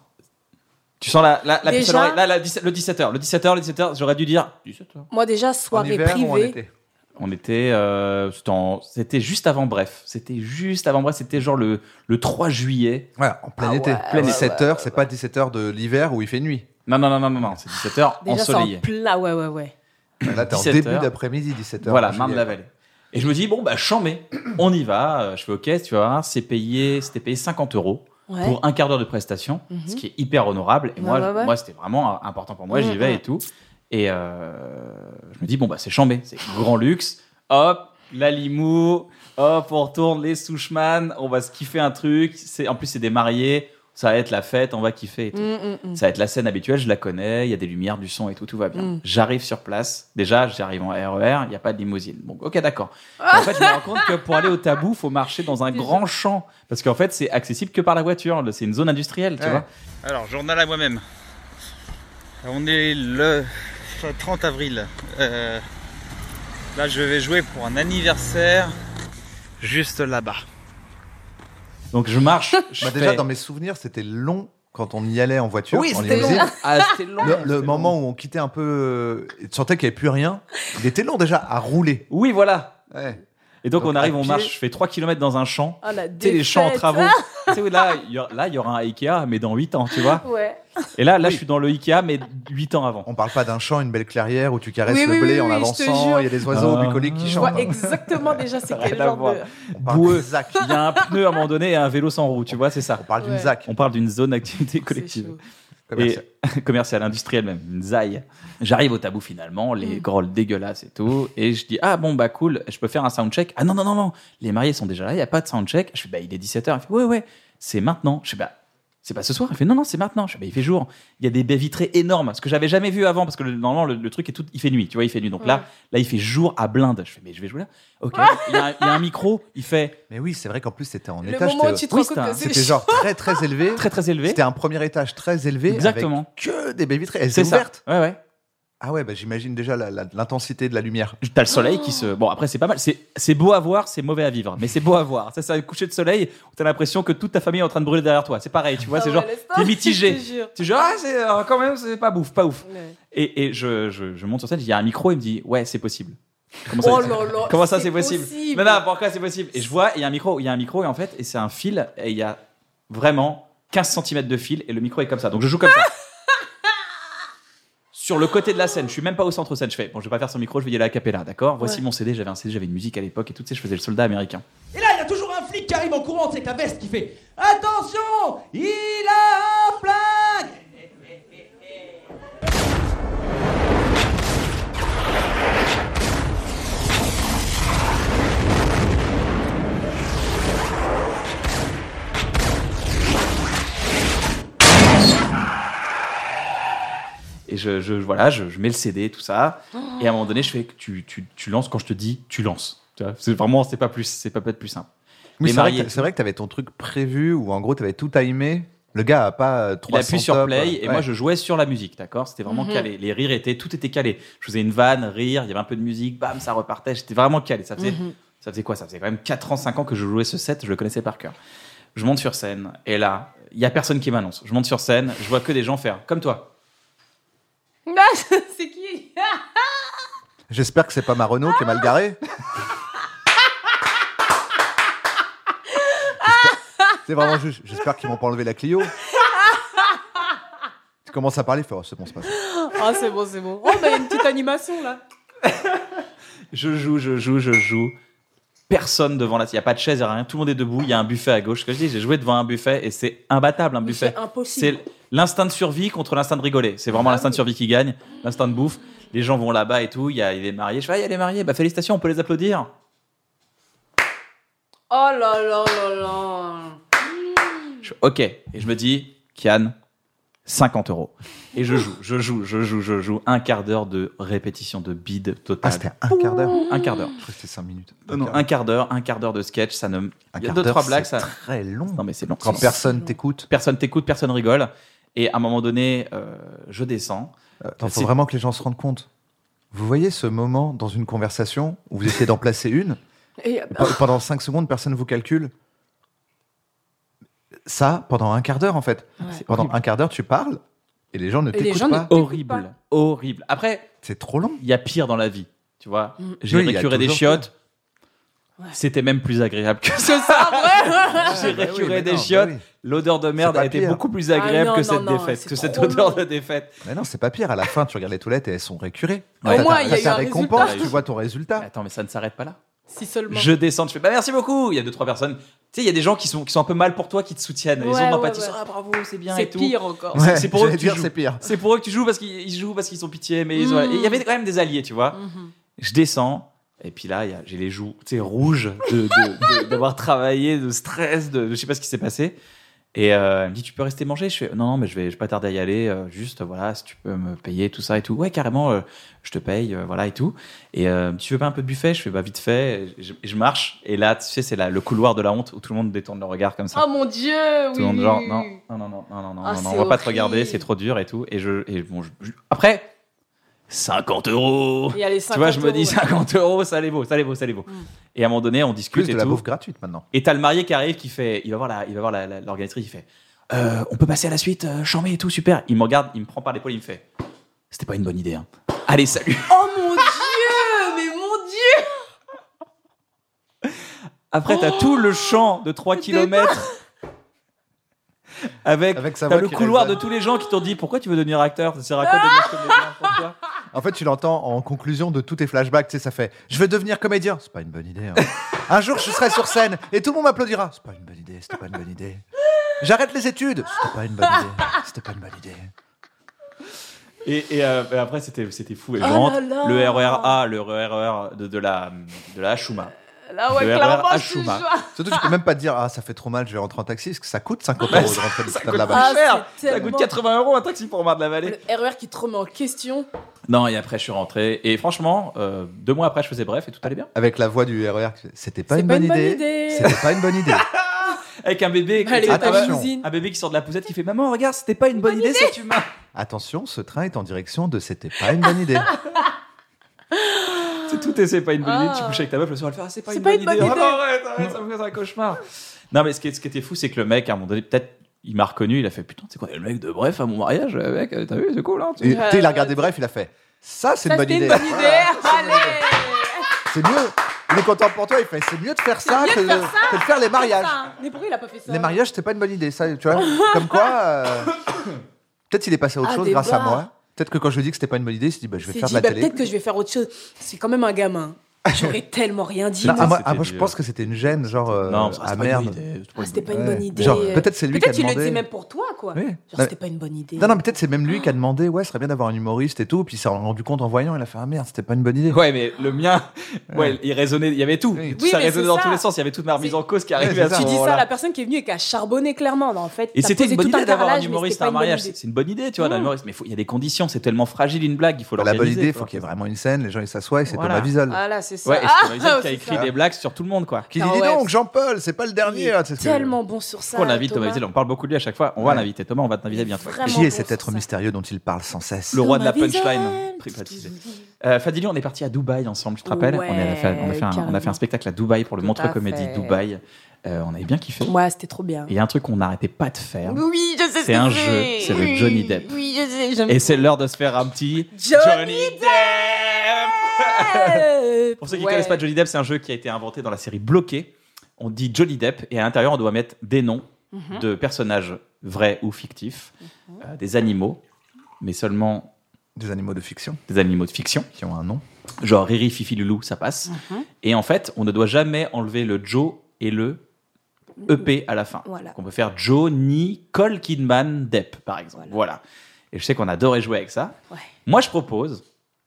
A: Tu sens la, la, la
B: Déjà
A: puce à l'oreille. Là, la 17 le 17h, le 17h, le 17h, j'aurais dû dire 17h.
B: Moi, déjà,
C: En
B: soirée
C: hiver, où on
B: privée.
C: était.
A: On était, euh, c'était en- c'était juste avant Bref. C'était juste avant Bref. C'était genre le, le 3 juillet.
C: Ouais, en plein
B: Ah
C: été.
B: ouais, ouais,
C: 17h,
B: ouais,
C: c'est pas 17h de l'hiver où il fait nuit.
A: Non, non, non, non, non, non. C'est 17h
B: déjà, c'est en
A: ensoleillé.
B: plat. Ouais, ouais, ouais.
C: Là, t'es en
A: 17
C: début
A: heures.
C: d'après-midi, 17h.
A: Voilà, Marne-la-Vallée. Et je me dis, bon, bah, chambé, on y va. Euh, Je fais OK, tu vois, c'est payé, c'était payé 50 euros
B: Ouais.
A: pour un quart d'heure de prestation,
B: Mhm.
A: ce qui est hyper honorable. Et
B: Ouais,
A: moi,
B: ouais, ouais.
A: moi c'était vraiment euh, important pour moi, j'y
B: Mhm,
A: vais
B: mhm.
A: et tout. Et euh, je me dis, bon, bah, c'est chambé, c'est grand luxe. Hop, la limou, hop, on retourne les Souchman, on va se kiffer un truc. C'est- En plus, c'est des mariés. ça va être la fête, on va kiffer et tout.
B: Mm, mm, mm.
A: Ça va être la scène habituelle, je la connais, il y a des lumières, du son et tout, tout va bien.
B: Mm.
A: J'arrive sur place, déjà j'arrive en RER, il n'y a pas de limousine. Bon, ok, d'accord. Et
B: Ah.
A: En fait, je me rends compte que pour aller au tabou, faut marcher dans un grand champ, parce qu'en fait, c'est accessible que par la voiture, c'est une zone industrielle, tu
C: Ouais.
A: vois.
D: Alors, journal à moi-même. On est le 30 avril. Euh, là, je vais jouer pour un anniversaire juste là-bas.
A: Donc je marche. Je
C: Bah, déjà,
A: fais-
C: dans mes souvenirs, c'était long quand on y allait en voiture.
A: Oui,
C: en
A: c'était long.
C: limousine.
A: Ah, c'était long.
C: Le,
A: c'était
C: le
A: long.
C: moment où on quittait un peu, euh, tu sentais qu'il n'y avait plus rien. Il était long déjà à rouler.
A: Oui, voilà.
C: Ouais.
A: Et donc,
C: Donc,
A: on arrive,
C: à
A: on
C: pied.
A: marche, je fais 3 km dans un champ.
B: Oh, la
A: Tu sais, les champs en
B: défaite.
A: travaux. tu sais, là, il y, aura- là, il y aura un Ikea, mais dans 8 ans, tu vois.
B: Ah, Ouais.
A: Et là, là, je suis dans le Ikea, mais 8 ans avant.
C: On parle pas d'un champ, une belle clairière où tu caresses
B: Oui,
C: le
B: oui,
C: blé
B: oui,
C: en
B: oui, je te
C: avançant.
B: jure.
C: Il y a des oiseaux
A: Ah.
C: bucoliques qui
B: Je
C: chantent.
B: vois exactement déjà c'est quel
A: Rien à
B: genre
A: voir.
B: de.
C: On parle
A: Boueux.
C: d'une zac.
A: Il y a un pneu à un moment donné et un vélo sans roue, tu vois, c'est ça.
C: On parle d'une
B: Ouais.
C: zac
A: On parle d'une zone d'activité
B: C'est
A: collective.
B: chaud.
C: commerciale.
A: Et, commerciale, industrielle même, une zaille. J'arrive au tabou finalement, les
B: Mm.
A: grolles dégueulasses et tout. Et je dis, ah bon, bah cool, je peux faire un soundcheck. Ah non, non, non, non, les mariés sont déjà là, il n'y a pas de soundcheck. Je fais, bah il est 17h. Il fait, ouais, ouais, c'est maintenant. Je fais, bah. C'est pas ce soir. Il fait non, non, c'est maintenant. Je fais, bah, il fait jour. Il y a des baies vitrées énormes, ce que j'avais jamais vu avant, parce que le- normalement, le, le truc est tout. Il fait nuit, tu vois, il fait nuit. Donc
B: Ouais.
A: là, là, il fait jour à blinde. Je fais, mais je vais jouer là. Ok. Il y a un- il y a un micro, il fait
C: Mais oui, c'est vrai qu'en plus, c'était en
B: Le
C: étage.
B: moment où tu
C: c'était-
B: te rends
A: oui,
B: compte
A: c'était
B: que
A: un-
B: c'est
C: C'était genre très très élevé.
A: très, très élevé.
C: C'était un premier étage très élevé.
A: Exactement.
C: Avec que des baies vitrées. Elles
A: C'est
C: étaient
A: ça.
C: ouvertes.
A: Ouais, ouais.
C: Ah ouais, bah, j'imagine déjà la- la- l'intensité de la lumière.
A: T'as le soleil qui
B: Oh.
A: se. Bon, après, c'est pas mal. C'est c'est beau à voir, c'est mauvais à vivre. hein, Mais c'est beau à voir. Ça, c'est un coucher de soleil où t'as l'impression que toute ta famille est en train de brûler derrière toi. C'est pareil, tu vois.
B: Ah
A: c'est
B: ouais,
A: genre.
B: laisse
A: T'es
B: pas,
A: mitigé.
B: je te jure.
A: Tu genre, ah, c'est euh, quand même, c'est pas ouf, pas ouf.
B: Ouais.
A: Et, et je, je, je monte sur scène, il y a un micro, il me dit, ouais, c'est possible. Comment ça,
B: Oh
A: c'est-
B: là là,
A: Comment ça, c'est possible,
B: possible.
A: Non, non, pourquoi c'est possible Et je vois, il y a un micro, il y a un micro, et en fait, et c'est un fil, et il y a vraiment 15 cm de fil, et le micro est comme ça. Donc je joue comme ça. Sur le côté de la scène, je suis même pas au centre scène. Je fais, bon, je vais pas faire son micro, je vais y aller à Capella, d'accord Voici
B: Ouais.
A: mon CD, j'avais un CD, j'avais une musique à l'époque, et tout, tu sais, je faisais le soldat américain.
E: Et là, il y a toujours un flic qui arrive en courant, c'est que la veste qui fait Attention Il a un flingue
A: Et je, je- voilà, je, je mets le CD, tout ça. Et à un moment donné, je fais, tu, tu, tu lances quand je te dis, tu lances. Tu vois, C'est vraiment, c'est pas plus, c'est pas peut-être plus simple.
C: Mais
A: Les
C: c'est vrai
A: mariés-
C: que- c'est vrai que t'avais ton truc prévu où en gros t'avais tout timé. Le gars a pas euh,
A: Il
C: 300
A: appuie sur
C: tops. euh,
A: play et
C: Ouais.
A: moi je jouais sur la musique, d'accord C'était vraiment
B: Mhm.
A: calé. Les rires étaient, tout était calé. Je faisais une vanne, rire, il y avait un peu de musique, bam, ça repartait. J'étais vraiment calé. Ça faisait,
B: Mhm.
A: ça faisait quoi Ça faisait quand même 4 ans, 5 ans que je jouais ce set, je le connaissais par cœur. Je monte sur scène et là, il y a personne qui m'annonce. Je monte sur scène, je vois que des gens faire comme toi.
B: Ah, c'est qui
C: J'espère que c'est pas ma Renault qui est mal garée. J'espère- c'est vraiment juste. J'espère qu'ils m'ont pas enlevé la Clio. Tu commences à parler, tu fais, Oh, c'est bon, c'est pas ça.
B: Ah, c'est bon, c'est bon. Oh, bah, il y a une petite animation là.
A: Je joue, je joue, je joue. Personne devant la Il n'y a pas de chaise, il n'y a rien. Tout le monde est debout. Il y a un buffet à gauche. Ce que je dis, j'ai joué devant un buffet et c'est imbattable un
B: Mais
A: buffet.
B: c'est impossible.
A: C'est l'instinct de survie contre l'instinct de rigoler. C'est vraiment l'instinct de survie qui gagne, l'instinct de bouffe. Les gens vont là-bas et tout. Il y a les mariés. Je fais, ah, il y a les mariés. Bah, félicitations, on peut les applaudir.
B: Oh là là là là.
A: Je fais, ok. Et je me dis, Kian, 50 euros. Et je joue, je joue, je joue, je joue. Un quart d'heure de répétition de bide
C: Ah,
A: totale.
C: c'était un quart d'heure.
A: un quart d'heure.
C: Je crois que c'était 5 minutes.
A: Non, non, un quart d'heure, un quart d'heure de sketch, ça ne.
C: Un
A: Il y a
C: quart
A: deux,
C: d'heure,
A: trois blagues,
C: c'est
A: ça.
C: Très long.
A: Non, mais c'est long.
C: Quand
B: c'est-
C: personne
B: c'est-
C: t'écoute,
A: personne t'écoute, personne rigole. Et à un moment donné, euh, je descends.
C: il faut
A: Euh, c'est-
C: vraiment que les gens se rendent compte. Vous voyez ce moment dans une conversation où vous essayez d'en placer une
B: Et, euh, bah,
C: Pe- pendant 5 secondes, personne ne vous calcule. Ça, pendant un quart d'heure, en fait.
B: Ouais.
C: Pendant un quart d'heure, tu parles et les gens ne
B: Et les
C: t'écoutent
B: gens ne-
C: pas.
A: Horrible, horrible. Après,
C: C'est trop long.
A: il y a pire dans la vie, tu vois.
B: Mm.
A: J'ai
C: Oui, il y a
A: récuré des
C: toujours
A: chiottes.
B: Ouais.
A: C'était même plus agréable que ça.
B: C'est ça, Ah, ouais.
A: J'ai
C: bah oui,
A: récuré
C: mais
A: des
C: non, bah
A: chiottes.
C: oui.
A: L'odeur de merde
C: pas
A: a été
C: pire.
A: beaucoup plus agréable
B: Ah non,
A: que
B: non,
A: cette
B: non,
A: défaite,
B: c'est
A: que cette
B: trop
A: odeur
B: long.
A: de défaite.
C: Mais non, c'est pas pire. À la fin, tu regardes les toilettes et elles sont récurées.
A: Ouais. Au
C: T'as-
A: moins,
C: t'as-
A: il y
C: t'as
B: a eu
C: ta
B: un
C: récompense,
A: résultat.
C: tu vois ton résultat.
A: Attends, mais ça ne s'arrête pas là.
B: Si seulement.
A: Je descends, je fais bah merci beaucoup. Il y a deux trois personnes. Tu sais, il y a des gens qui sont qui sont un peu mal pour toi, qui te soutiennent. Ils
B: Ouais,
A: sont
B: ouais,
A: sympathiques.
B: ouais.
A: Ah bravo, c'est bien
B: C'est
A: et tout.
B: pire encore.
A: Ouais. c'est pour eux
C: j'allais
A: que tu
C: dire,
A: joues.
C: c'est pire.
A: C'est pour eux que tu joues parce qu'ils ils jouent parce qu'ils sont pitié, mais ils ont-
B: Mm.
A: Et il y avait quand même des alliés, tu vois.
B: Mhm.
A: Je descends. Et puis là, il y a- j'ai les joues tu sais, rouges de- de- de- d'avoir travaillé, de stress, de je sais pas ce qui s'est passé. Et euh, elle me dit, tu peux rester manger Je fais, non, non, mais je vais, je vais pas tarder à y aller. euh, juste, voilà, si tu peux me payer, tout ça et tout. Ouais, carrément, euh, je te paye, euh, voilà et tout. Et euh, tu veux pas un peu de buffet Je fais, bah, vite fait. Et je, et je marche. Et là, tu sais, c'est la- le couloir de la honte où tout le monde détourne le regard comme ça.
B: Oh mon dieu, oui.
A: Tout le monde genre, non, non, non, non, non, non, non,
B: Ah,
A: non,
B: c'est
A: on va pas te
B: horrible.
A: regarder, c'est trop dur et tout. Et je, et bon, je- je- après, 50 euros.
B: Il y a les
A: Tu vois, je me
B: 50
A: dis
B: euros, ouais. Mm.
A: 50 euros, ça les vaut, ça les vaut, ça les vaut. Et à un moment donné, on discute
C: Plus de
A: et
C: la
A: tout.
C: bouffe gratuite maintenant.
A: Et t'as le marié qui arrive, qui fait, il va voir la, il va voir la- la- l'organisatrice, il fait, Euh, on peut passer à la suite, euh, chambé et tout, super. Il me regarde, il me prend par l'épaule, il me fait, c'était pas une bonne idée. hein. Allez, salut.
B: Oh mon dieu, mais mon dieu.
A: Après, t'as tout le champ de 3 km avec,
C: Avec sa
A: t'as
C: voix
A: le
C: qui
A: couloir de
C: résonne.
A: tous les gens qui t'ont dit pourquoi tu veux devenir acteur, ça sert à quoi de devenir comédien Pourquoi
C: En fait, tu l'entends en conclusion de tous tes flashbacks, tu sais, ça fait Je veux devenir comédien. C'est pas une bonne idée. hein. Un jour, je serai sur scène et tout le monde m'applaudira. C'est pas une bonne idée, c'était pas une bonne idée. J'arrête les études. C'était pas une bonne idée, c'était pas une bonne idée.
A: Et, et, euh, et après, c'était, c'était fou. Et je
B: Oh là
A: rentre,
B: là.
A: le RER A, le E RER de, de la, de la Shuma.
B: Là ouais,
A: Le
B: clairement,
A: RER
B: je suis
A: Ashuma.
B: joie.
C: Surtout, tu peux même pas te dire Ah, ça fait trop mal, je vais rentrer en taxi, parce que ça coûte 50 euros de rentrer de là-bas.
B: Ah,
A: Cher,
B: c'est
A: ça
B: tellement-
A: coûte 80 euros un taxi pour Mar de la Vallée.
B: Le RER qui te remet en question.
A: Non, et après, je suis rentré. Et franchement, euh, deux mois après, je faisais bref et tout allait bien.
C: Avec la voix du E RER, qui fait, c'était pas,
B: C'est
C: une
B: pas
C: bonne
B: une bonne
C: idée.
B: idée.
C: C'était pas une bonne idée.
A: Avec un bébé, qui-
B: Elle est dans ta
C: Attention.
B: limousine.
A: un bébé qui sort de la poussette qui fait Maman, regarde, c'était pas une bonne, idée, Ah. cette humain.
C: Attention, ce train est en direction de c'était pas une bonne idée.
A: C'est tout et c'est pas une bonne idée. Tu
B: Ah.
A: couches avec ta meuf le soir, elle fait Ah, c'est pas,
B: C'est
A: une,
B: pas
A: bonne
B: une bonne
A: idée.
B: idée.
A: Ah, arrête, arrête, ça me fait un cauchemar. Non, mais ce qui, ce qui était fou, c'est que le mec, à un moment donné, peut-être, il m'a reconnu. Il a fait Putain, c'est quoi, le mec de bref à mon mariage, euh, mec, t'as vu, c'est cool. Hein, tu-
C: Et, tu sais, il a regardé bref, il a fait Ça, c'est une
B: Euh, Ça,
C: bonne
B: c'était
C: idée.
B: une bonne idée.
C: Voilà,
A: Ah,
B: Allez.
C: C'est mieux. Il est content pour toi, il fait C'est mieux de faire ça, que, de, que de faire les mariages.
B: Putain, Mais pourquoi il a pas fait ça
C: Les mariages, c'était pas une bonne idée, ça, tu vois. Comme quoi, euh, peut-être il est passé à autre
B: Ah,
C: chose
B: des
C: grâce à
B: bars.
C: moi. Peut-être que quand je lui ai dit que c'était pas une bonne idée, il s'est dit bah, je vais
B: C'est
C: faire de
B: dit,
C: la
B: bah,
C: télé.
B: peut-être que je vais faire autre chose. C'est quand même un gamin. J'aurais tellement rien dit.
C: Non,
B: moi.
C: ah, moi,
A: C'était
C: ah, moi, je
A: du-
C: pense que c'était une gêne, genre euh,
A: Non, c'est
C: ah
A: pas une
C: merde.
A: bonne idée, c'est pas
B: Ah,
A: une
B: c'était
A: bonne
B: pas une
C: Ouais.
B: bonne idée.
C: Genre, peut-être c'est lui qui a
B: Peut-être il le
C: demandé.
B: disait même pour toi, quoi.
A: Oui.
B: Genre, c'était pas une bonne idée.
C: Non, non, mais peut-être c'est même lui qui a demandé ouais, ce serait bien d'avoir un humoriste et tout. Puis il s'est rendu compte en voyant, il a fait ah merde, c'était pas une bonne idée.
A: Ouais, mais le mien, ouais, il résonnait, il y avait tout.
C: Oui.
A: Tout
B: Oui,
A: ça
B: mais
A: résonnait
B: c'est
A: dans
B: ça.
A: tous les sens, il y avait toute ma remise en cause qui arrivait
C: c'est
A: à
C: ça.
A: ce
B: Tu dis
A: moment-là.
B: ça à la personne qui est venue et qui a charbonné clairement. Non, en fait,
A: Et
B: t'as
A: c'était
B: posé
A: une bonne
B: tout
A: idée d'avoir un
B: carrelage, mais
A: humoriste
B: c'était
A: à un
B: pas une bonne
A: mariage.
B: idée.
A: C'est une bonne idée, tu vois, d'un
B: Mm.
A: humoriste. Mais faut- il y a des conditions, c'est tellement fragile une blague, il faut
C: la bonne
A: l'organiser.
C: idée,
A: faut
C: faut qu'il y ait
A: l'organiser.
C: vraiment une scène, les gens ils s'assoient et c'est
A: Voilà.
C: Thomas Wiesel.
B: Voilà, Ah, c'est ça.
A: Ouais, et c'est Thomas Wiesel qui a
B: c'est
A: écrit
B: ça.
A: des blagues sur tout le monde, quoi.
C: Qui dit
B: Ah
C: dis
B: ouais.
C: donc, Jean-Paul, c'est pas le
B: Il
C: dernier.
B: est
C: hein, tu sais ce que-
B: Tellement bon sur ça.
A: On invite Thomas Wiesel, on parle beaucoup de lui à chaque fois. On va
C: Ouais.
A: l'inviter, Thomas, on va t'inviter bientôt.
B: Vraiment
C: Qui est
B: bon
C: cet
B: sur
C: être
B: ça.
C: mystérieux dont il parle sans cesse
A: Le roi de la
B: Thomas
A: punchline,
B: Wiesel.
A: privatisé. Euh, Fadili, on est parti à Dubaï ensemble, tu te rappelles on, avait fait, on, a fait un, on a fait un
B: carrément.
A: spectacle à Dubaï pour le
B: Tout
A: Montreux
B: à
A: Comédie
B: fait.
A: Dubaï. Euh, on avait bien kiffé. Et
B: Ouais, c'était trop bien.
A: il y a un truc qu'on n'arrêtait pas de faire.
B: Oui, je sais ce
A: C'est
B: que
A: un jeu, c'est le
B: Oui,
A: Johnny Depp.
B: Oui, je sais, j'aime
A: Et c'est l'heure de se faire un petit
B: Johnny
A: Pour ceux qui ne
B: Ouais.
A: connaissent pas Johnny Depp, c'est un jeu qui a été inventé dans la série Bloqué. On dit Johnny Depp et à l'intérieur, on doit mettre des noms
B: Mhm.
A: de personnages vrais ou fictifs, euh, des animaux, mais seulement
C: Des animaux de fiction
A: des animaux de fiction,
C: qui ont un nom.
A: genre Riri, Fifi, Loulou, ça passe.
B: Mhm.
A: Et en fait, on ne doit jamais enlever le Joe et le EP à la fin.
B: Voilà.
A: On peut faire Johnny Cole Kidman Depp, par exemple. Voilà. Et je sais qu'on adorait jouer avec ça.
B: Ouais.
A: Moi, je propose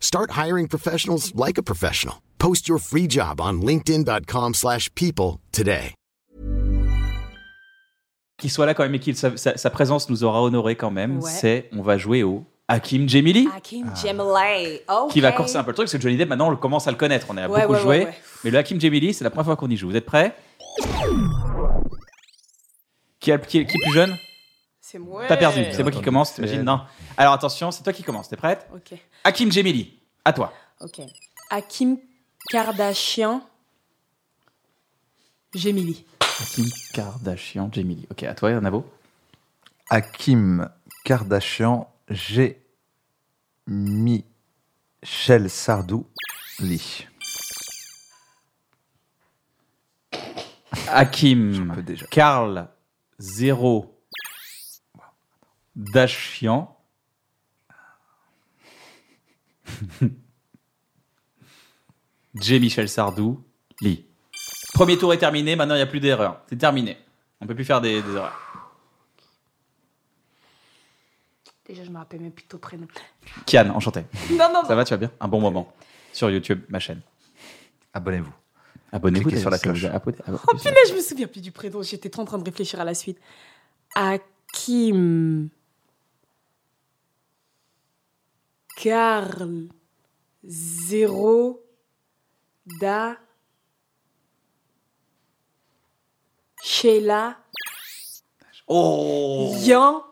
F: Start hiring professionals like a professional. Post your free job on linkedin.com/people slash people today.
A: qu'il soit là quand même et qu'il sa, sa- sa présence nous aura honoré quand même,
B: Ouais. Ah,
A: c'est on va jouer au Hakim Jemili
B: Hakim Gemelay.
A: Ah. qui va corser un peu le truc parce que Johnny Depp maintenant on le commence à le connaître, on a
B: Ouais,
A: beaucoup
B: ouais,
A: joué,
B: ouais, ouais.
A: mais le Hakim Jemili c'est la première fois qu'on y joue. Vous êtes prêts qui, a- qui, qui est plus jeune
B: C'est moi.
A: T'as perdu, c'est moi qui
C: Attends,
A: commence,
C: c'est-
A: t'imagines Non. Alors attention, c'est toi qui commence, t'es prête
B: Ok,
A: Hakim Jemili, à toi.
B: ok. Hakim Kardashian Gemili.
A: Hakim Kardashian Jemili. Ok, à toi, Navo.
C: Hakim Kardashian G. Michel Sardou Lee.
A: Hakim
C: peux déjà.
A: Karl 0 Dachian. J. Michel Sardou, Lee. Premier tour est terminé, maintenant il n'y a plus d'erreurs. C'est terminé. On ne peut plus faire des, des erreurs.
B: Déjà, je me rappelle même plutôt prénom.
A: Kian, enchanté.
B: Non, non,
A: Ça
B: non.
A: va, tu vas bien Un bon moment. Sur YouTube, ma chaîne.
C: Abonnez-vous.
A: Abonnez-vous
C: Cliquez sur la
A: d'ailleurs, si
C: cloche.
A: vous avez- abonnez-
B: Oh punaise, je me souviens plus du prénom. J'étais trop en train de réfléchir à la suite. Hakim. Karl. Zéro. Da. Sheila.
A: Oh
B: Yan.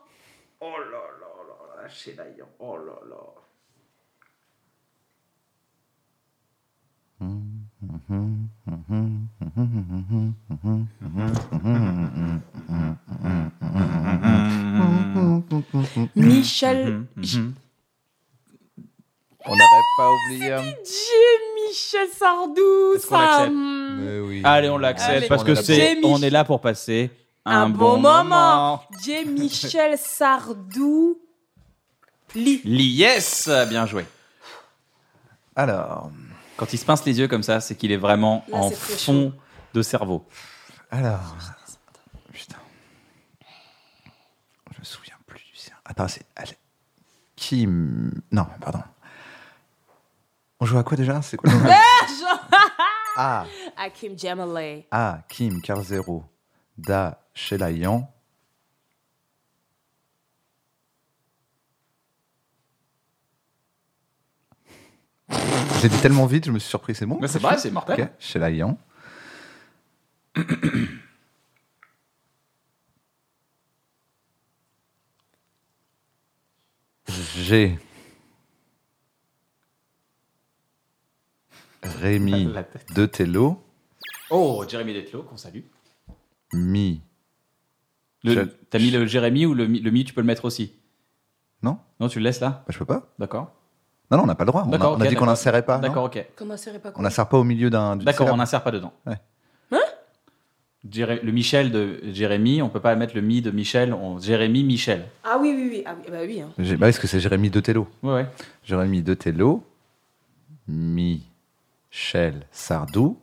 A: Mhm.
B: Michel. J-
C: On n'aurait pas hein. oublié un petit.
B: J'ai Michel Sardou.
A: Est-ce qu'on
B: Ça.
A: l'accepte
B: hum.
C: oui.
A: Allez, on l'accepte
B: Allez.
A: parce que
C: On est là
A: c'est.
B: pour-
A: On est là pour passer un,
B: un bon, moment. J'ai Michel Sardou. Li.
A: Lee, yes Bien joué.
C: Alors,
A: Quand il se pince les yeux comme ça, c'est qu'il est vraiment
B: Là,
A: en
B: c'est très
A: fond de cerveau.
C: alors. Putain. Je me souviens plus du sien. Attends, c'est. allez. Kim. Non, pardon. On joue à quoi déjà C'est quoi le nom Ah,
B: Hakim Jamalay.
C: ah, Kim, Carzero, Da, Shelayan. J'ai dit tellement vite, je me suis surpris, c'est bon
A: Mais
B: Ah,
A: c'est vrai, c'est mortel.
C: Ok, chez Layan. J'ai. Rémi
A: La tête.
C: de Tello,
A: Oh, Jérémy Detlo, qu'on salue.
C: mi.
A: Le-
C: Je-
A: T'as mis le Jérémy ou le, mi- le mi, tu peux le mettre aussi.
C: Non
A: Non, tu le laisses là
C: Bah, Je peux pas
A: D'accord.
C: Non, non, on n'a pas le droit. On a,
A: D'accord,
C: on a
A: ok,
C: dit qu'on
A: d'accord.
C: n'insérait pas. non
A: D'accord, ok.
B: Comment ça serait pas
C: On n'insère pas au milieu d'un. d'une
A: D'accord, on
C: syllabe.
A: n'insère pas dedans.
C: Ouais.
B: Hein
A: Jéré- le Michel de Jérémy, on peut pas mettre le mi de Michel, on... Jérémy, Michel.
B: Ah oui, oui, oui. Ah, oui, bah oui. hein.
C: J'ai- Bah, est-ce que c'est Jérémy de Tello
A: Ouais, ouais.
C: Jérémy de Tello, Michel Sardou,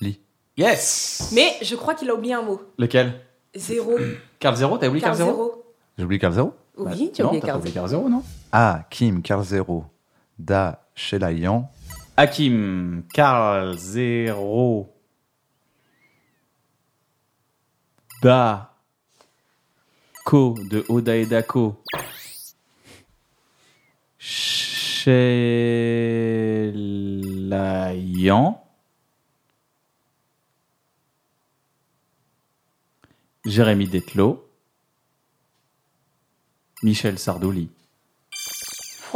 C: Li.
A: Yes
B: Mais je crois qu'il a oublié un mot.
A: Lequel
B: Zéro.
A: Carl Zero, t'as oublié
B: Car
A: Carl Zero
B: zéro.
C: J'ai oublié Calzero
B: Oui, tu as oublié Car zéro.
A: Carl Zero, non
C: Ah, Kim Calzero, Da Shelayan,
A: Hakim, Carl Zero. Da. Ko de Oda et Dako. Chelayan. Jérémy Detlo. Michel Sardouli.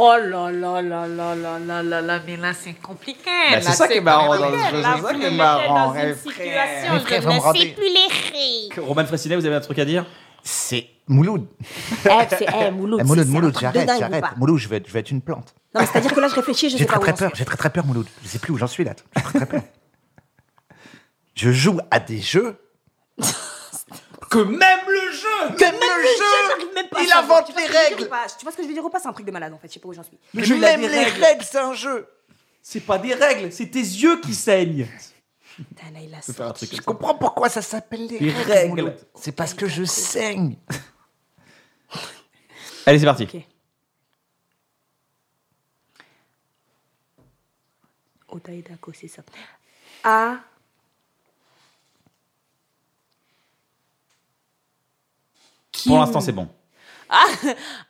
G: Oh là là là là là là là là, mais là c'est compliqué.
C: Bah,
G: Là, compliqué. Là, vous me mettez dans une situation, je
C: eh, frère, vous me
G: ne
C: rendez-
G: sais plus les rires.
A: Roman Fressinet, vous avez un truc à dire
C: c'est Mouloud.
B: Eh, c'est eh, Mouloud. c'est- c'est
C: Eh, Mouloud,
B: un
C: Mouloud,
B: truc de
C: j'arrête,
B: dingue ou
C: j'arrête.
B: pas
C: Mouloud, je vais, être- je vais être une plante.
B: Non, mais c'est-à-dire que là, je réfléchis, je sais
C: J'ai
B: pas
C: très
B: où
C: très
B: on se-
C: peur, j'ai très très peur, Mouloud. Je sais plus où j'en suis là. J'ai très très peur. Je joue à des jeux.
A: Que même le jeu
B: Mais
C: Même
B: je n'arrive même pas à
C: il
B: savoir.
C: invente
B: Tu vois
C: les
B: ce que je veux dire
C: règles.
B: ou pas Tu vois ce que je veux dire ou pas C'est un truc de malade en fait, je sais pas où j'en suis.
A: Le jeu, il a
C: Même
A: des
C: les
A: règles.
C: règles, c'est un jeu.
A: C'est pas des règles, c'est tes yeux qui saignent.
B: Putain, là, il a
A: Faire un
B: sorti.
A: truc
C: Je
A: comme ça.
C: comprends pourquoi ça s'appelle les,
A: Les
C: règles.
A: règles.
C: Mouloud. C'est parce que je saigne.
A: Allez, c'est parti.
B: Ok. Otaïdako, c'est ça. A. Kim.
A: Pour l'instant, c'est bon.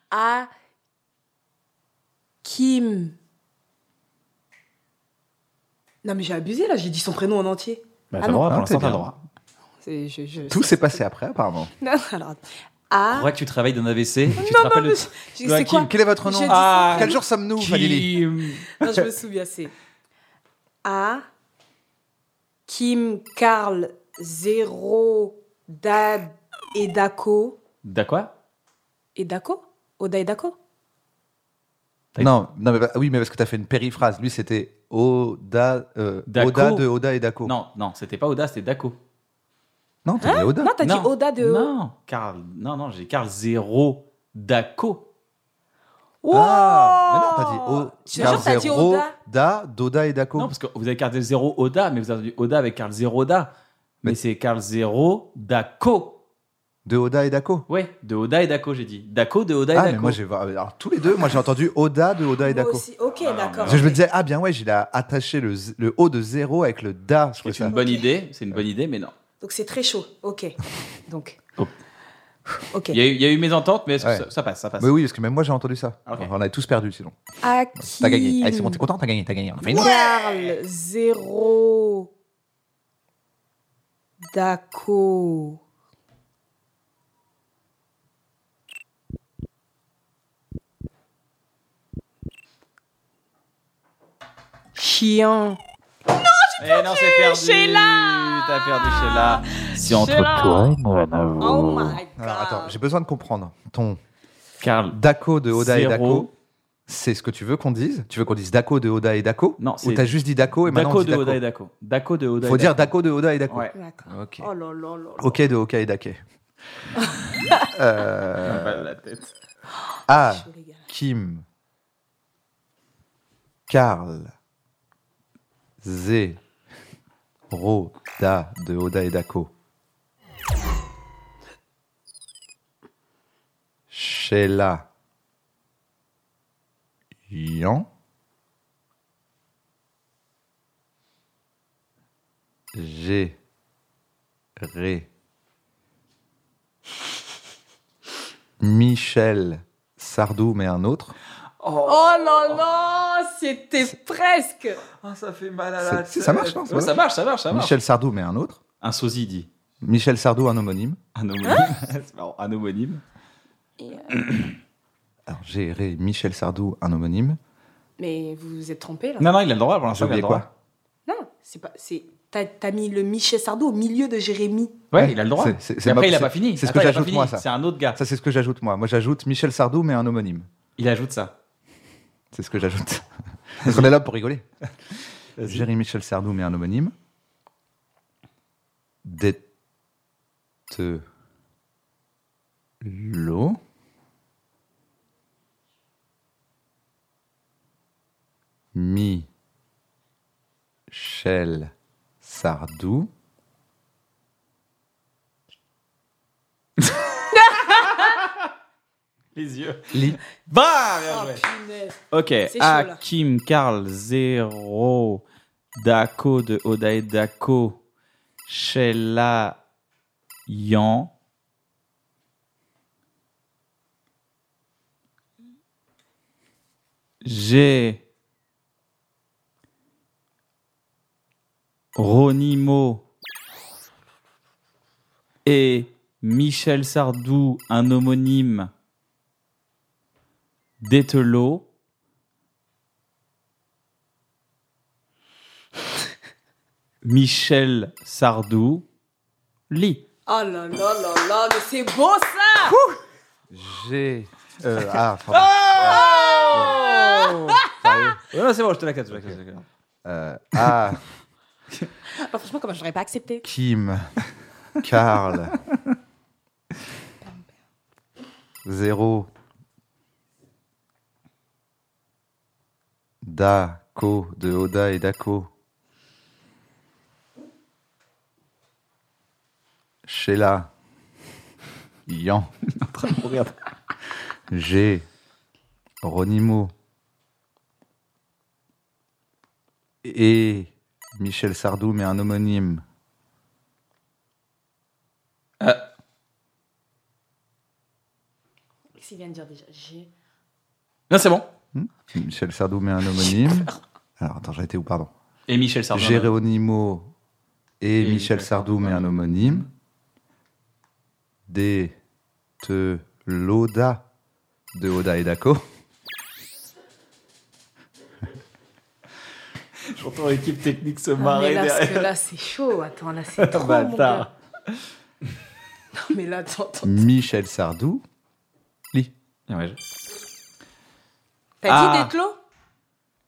B: A. Kim. Non, mais j'ai abusé là, j'ai dit son prénom en entier.
A: Bah,
B: Ah non.
C: Ah, t'es bien.
B: C'est- je- je-
C: Tout s'est passé après, apparemment.
B: Non, alors. A.
A: Faudrait que tu travailles dans un AVC. Tu
B: Non,
A: te rappelles
B: non,
A: le-
B: mais je-
A: Joachim,
B: c'est quoi
C: Quel est votre nom
B: Je dis
A: Ah,
C: Quel jour sommes-nous, Falili
A: Kim.
B: Non, Ah, je me souviens, c'est A. Kim, Karl, Zéro, Dad et Dako.
A: T'as quoi
B: Et Dako Oda et Dako
C: Non, non, mais bah- oui, mais parce que t'as fait une périphrase. Lui, c'était Oda, euh,
A: Dako.
C: Oda de Oda et Dako.
A: Non, non, c'était pas Oda, c'était Dako.
C: Hein Non, t'as dit Oda.
B: Non, t'as dit
A: Non.
B: Oda de.
A: Non, Carl. Non, non, j'ai Carl Zéro Daco.
B: Wow
C: Ah, mais non, t'as dit O.
B: Je te jure, t'as dit
C: Carl Zero,
B: Oda.
C: Da, Doda et Daco.
A: Non, parce que vous avez Carl Zéro Oda, mais vous avez dit Oda avec Carl Zéro Oda. Mais,
C: Mais-
A: c'est Carl Zéro Daco.
C: De Oda et Daco.
A: Ouais, de Oda et Daco, j'ai dit. Daco de Oda et
C: Ah,
A: Daco.
C: mais moi, j'ai. Alors, tous les deux, moi, j'ai entendu Oda de Oda et
B: Moi
C: Daco.
B: aussi. Ok,
A: non,
B: d'accord.
C: Parce que Je me disais, ah bien ouais, j'ai attaché le, z- le O de zéro avec le Da. Je trouvais
A: C'est
C: ça.
A: une bonne idée, c'est une bonne idée, mais non.
B: Donc c'est très chaud. Ok. Donc.
A: Oh.
B: Ok.
A: Il y a eu, il y a eu mésentente, mais est-ce que
C: Ouais.
A: ça, ça passe, ça passe.
C: Mais oui, parce que même moi j'ai entendu ça.
A: Ah, Ok.
C: On a tous perdu sinon.
B: À
C: T'as gagné.
B: qui
C: Allez, c'est bon, t'es content, t'as gagné, t'as gagné. On a fait une-
B: Carl Zéro Daco. Chiant.
A: Eh non, c'est perdu. T'as perdu Sheila. C'est entre toi et moi,
G: Oh my god.
C: Alors Ah, attends, j'ai besoin de comprendre. Ton
A: Carl
C: Daco de Oda
A: Zéro.
C: et Daco, c'est ce que tu veux qu'on dise Tu veux qu'on dise Daco de Oda et Daco
A: Non,
C: Ou
A: c'est-
C: t'as juste dit Daco et maintenant
A: Daco
C: on dit
A: de
C: Daco
A: Oda et Daco. Daco de Oda
C: Faut
A: et
C: dire Daco de Oda et Daco.
A: Ouais.
B: D'accord.
C: Ok.
G: Oh là là là.
C: Ok de Ok et Dake. Euh,
A: la tête.
C: ah,
B: Chaud, les gars.
C: Kim. Karl. Zé. Ro. Da de Oda et Dako. Sheila. Yan. G. Ré. Michel Sardou, mais un autre.
G: Oh là là, c'était presque.
A: ça fait mal à
C: la C'est- ça marche, non, ça
A: Ça marche, ça marche, ça marche.
C: Michel Sardou, mais un autre.
A: Un sosie dit.
C: Michel Sardou, un homonyme.
A: Un homonyme.
C: Hein
A: C'est marrant, un homonyme.
C: Alors, j'ai ré- Michel Sardou, un homonyme.
B: Mais vous vous êtes trompé là.
A: Non, non, il a le droit pour l'instant. il
C: J'ai
A: a
C: oublié
A: le droit.
C: quoi
B: Non, c'est pas. C'est. T'as t'as mis le Michel Sardou au milieu de Jérémy.
A: Ouais, il a le droit.
C: C'est- c'est-
A: Mais
C: c'est
A: après,
C: ma-
A: il a
C: c'est-
A: pas fini.
C: c'est ce
A: Attends,
C: que
A: il a pas
C: j'ajoute,
A: fini.
C: moi, ça.
A: C'est un autre gars.
C: Ça, c'est ce que j'ajoute, moi. Moi, j'ajoute Michel Sardou, mais un homonyme.
A: Il ajoute ça.
C: C'est ce que j'ajoute. Parce qu'on est là pour rigoler. Jerry Michel Sardou, mais un homonyme. Dette. Lo. Mi. Michel Sardou.
A: Les yeux.
C: Li.
A: Bah, bien
B: Oh,
A: joué.
B: punaise.
A: Ok.
B: chaud, là.
A: Hakim, Karl, Zéro, Dako de Oda et Dako, Sheila, Yan. J'ai Ronimo et Michel Sardou, un homonyme d'Etelot. Michel Sardou lit.
B: Ah
G: Oh là là là là, mais c'est beau ça.
C: J'ai. euh, ah, pardon. Ouais. Sérieux.
A: c'est bon, je te la je
C: Euh, ah.
B: Ah, franchement, comment j'aurais pas accepté
C: Kim, Karl, Zéro, Dako de Oda et Dako, Sheila, Yan, G, Ronimo et E. Michel Sardou, mais un homonyme.
B: Qu'est-ce qu'il vient de dire déjà J'ai.
A: Non, c'est bon.
C: Michel Sardou met un homonyme. Alors attends, j'ai été où, pardon
A: Et Michel Sardou.
C: Géronimo
A: Et
C: et,
A: Michel
C: Michel Sardou met un homonyme. Des te l'Oda de Oda et Dako.
A: J'entends l'équipe technique se
B: Ah, mais là, parce que là, c'est chaud. Attends, là, c'est trop. mon
A: Bah,
B: gars.
A: Bâtard.
B: Non, mais là, attends, attends.
C: Michel Sardou. Lit.
A: Ouais, je-
B: T'as
A: Ah.
B: dit d'être l'eau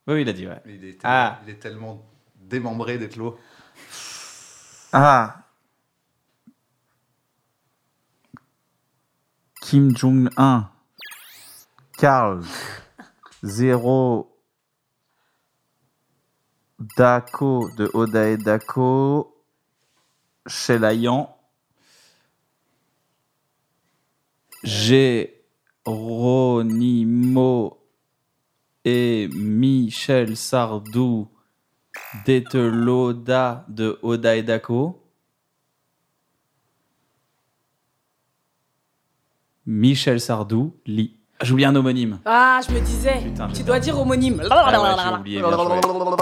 A: Oui, oui, il a dit, ouais.
C: Il est,
A: Ah.
C: tellement démembré d'être l'eau.
A: Ah. Kim Jong-un, Karl, Zero, Dako de Odae Dako, Shelayan, Geronimo et Michel Sardou d'Eteloda de Odae Dako. Michel Sardou lit. J'ai oublié un homonyme.
B: Ah, je me disais,
A: Putain,
B: tu
A: j'ai
B: dois dire homonyme.
A: Ah ouais, j'ai oublié, bien joué.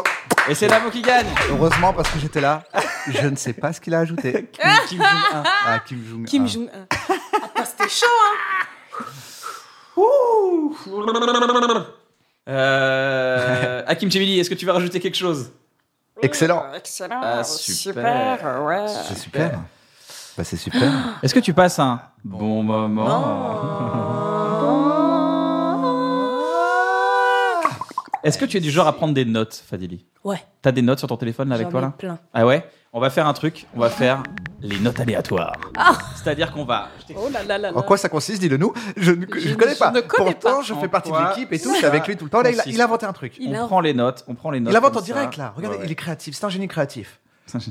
A: Et c'est Davo qui gagne.
C: Heureusement, parce que j'étais là, je ne sais pas ce qu'il a ajouté.
A: Kim Jong-un.
C: Ah, Kim Jong-un.
B: Kim Jong-un. Ah, c'était chaud, hein
A: Euh, Hakim Chemili, est-ce que tu vas rajouter quelque chose
C: Excellent.
B: Excellent.
A: Ah, super.
B: ouais.
C: C'est super. Bah, c'est super.
A: Est-ce que tu passes un bon moment Est-ce que tu es du genre à prendre des notes, Fadili
B: Ouais,
A: T'as des notes sur ton téléphone là, avec
B: j'en
A: toi
B: ai
A: là
B: plein.
A: Ah ouais On va faire un truc, on va faire les notes aléatoires.
B: Ah.
A: C'est-à-dire qu'on va...
B: Oh là là là là.
C: En quoi ça consiste Dis-le nous. Je ne je
B: Je-
C: connais
B: je
C: pas.
B: ne connais
C: Pourtant,
B: pas.
C: je
A: En
C: fais partie de
A: quoi
C: l'équipe et tout.
A: ça
C: Je suis avec lui tout le temps. Là, il a, il a inventé un truc.
B: Il
A: on
B: a-
A: prend les notes, on prend les notes.
C: Il invente en
A: comme ça.
C: direct là. Regardez,
A: Ouais,
C: il est créatif. C'est un génie créatif.
A: ouais.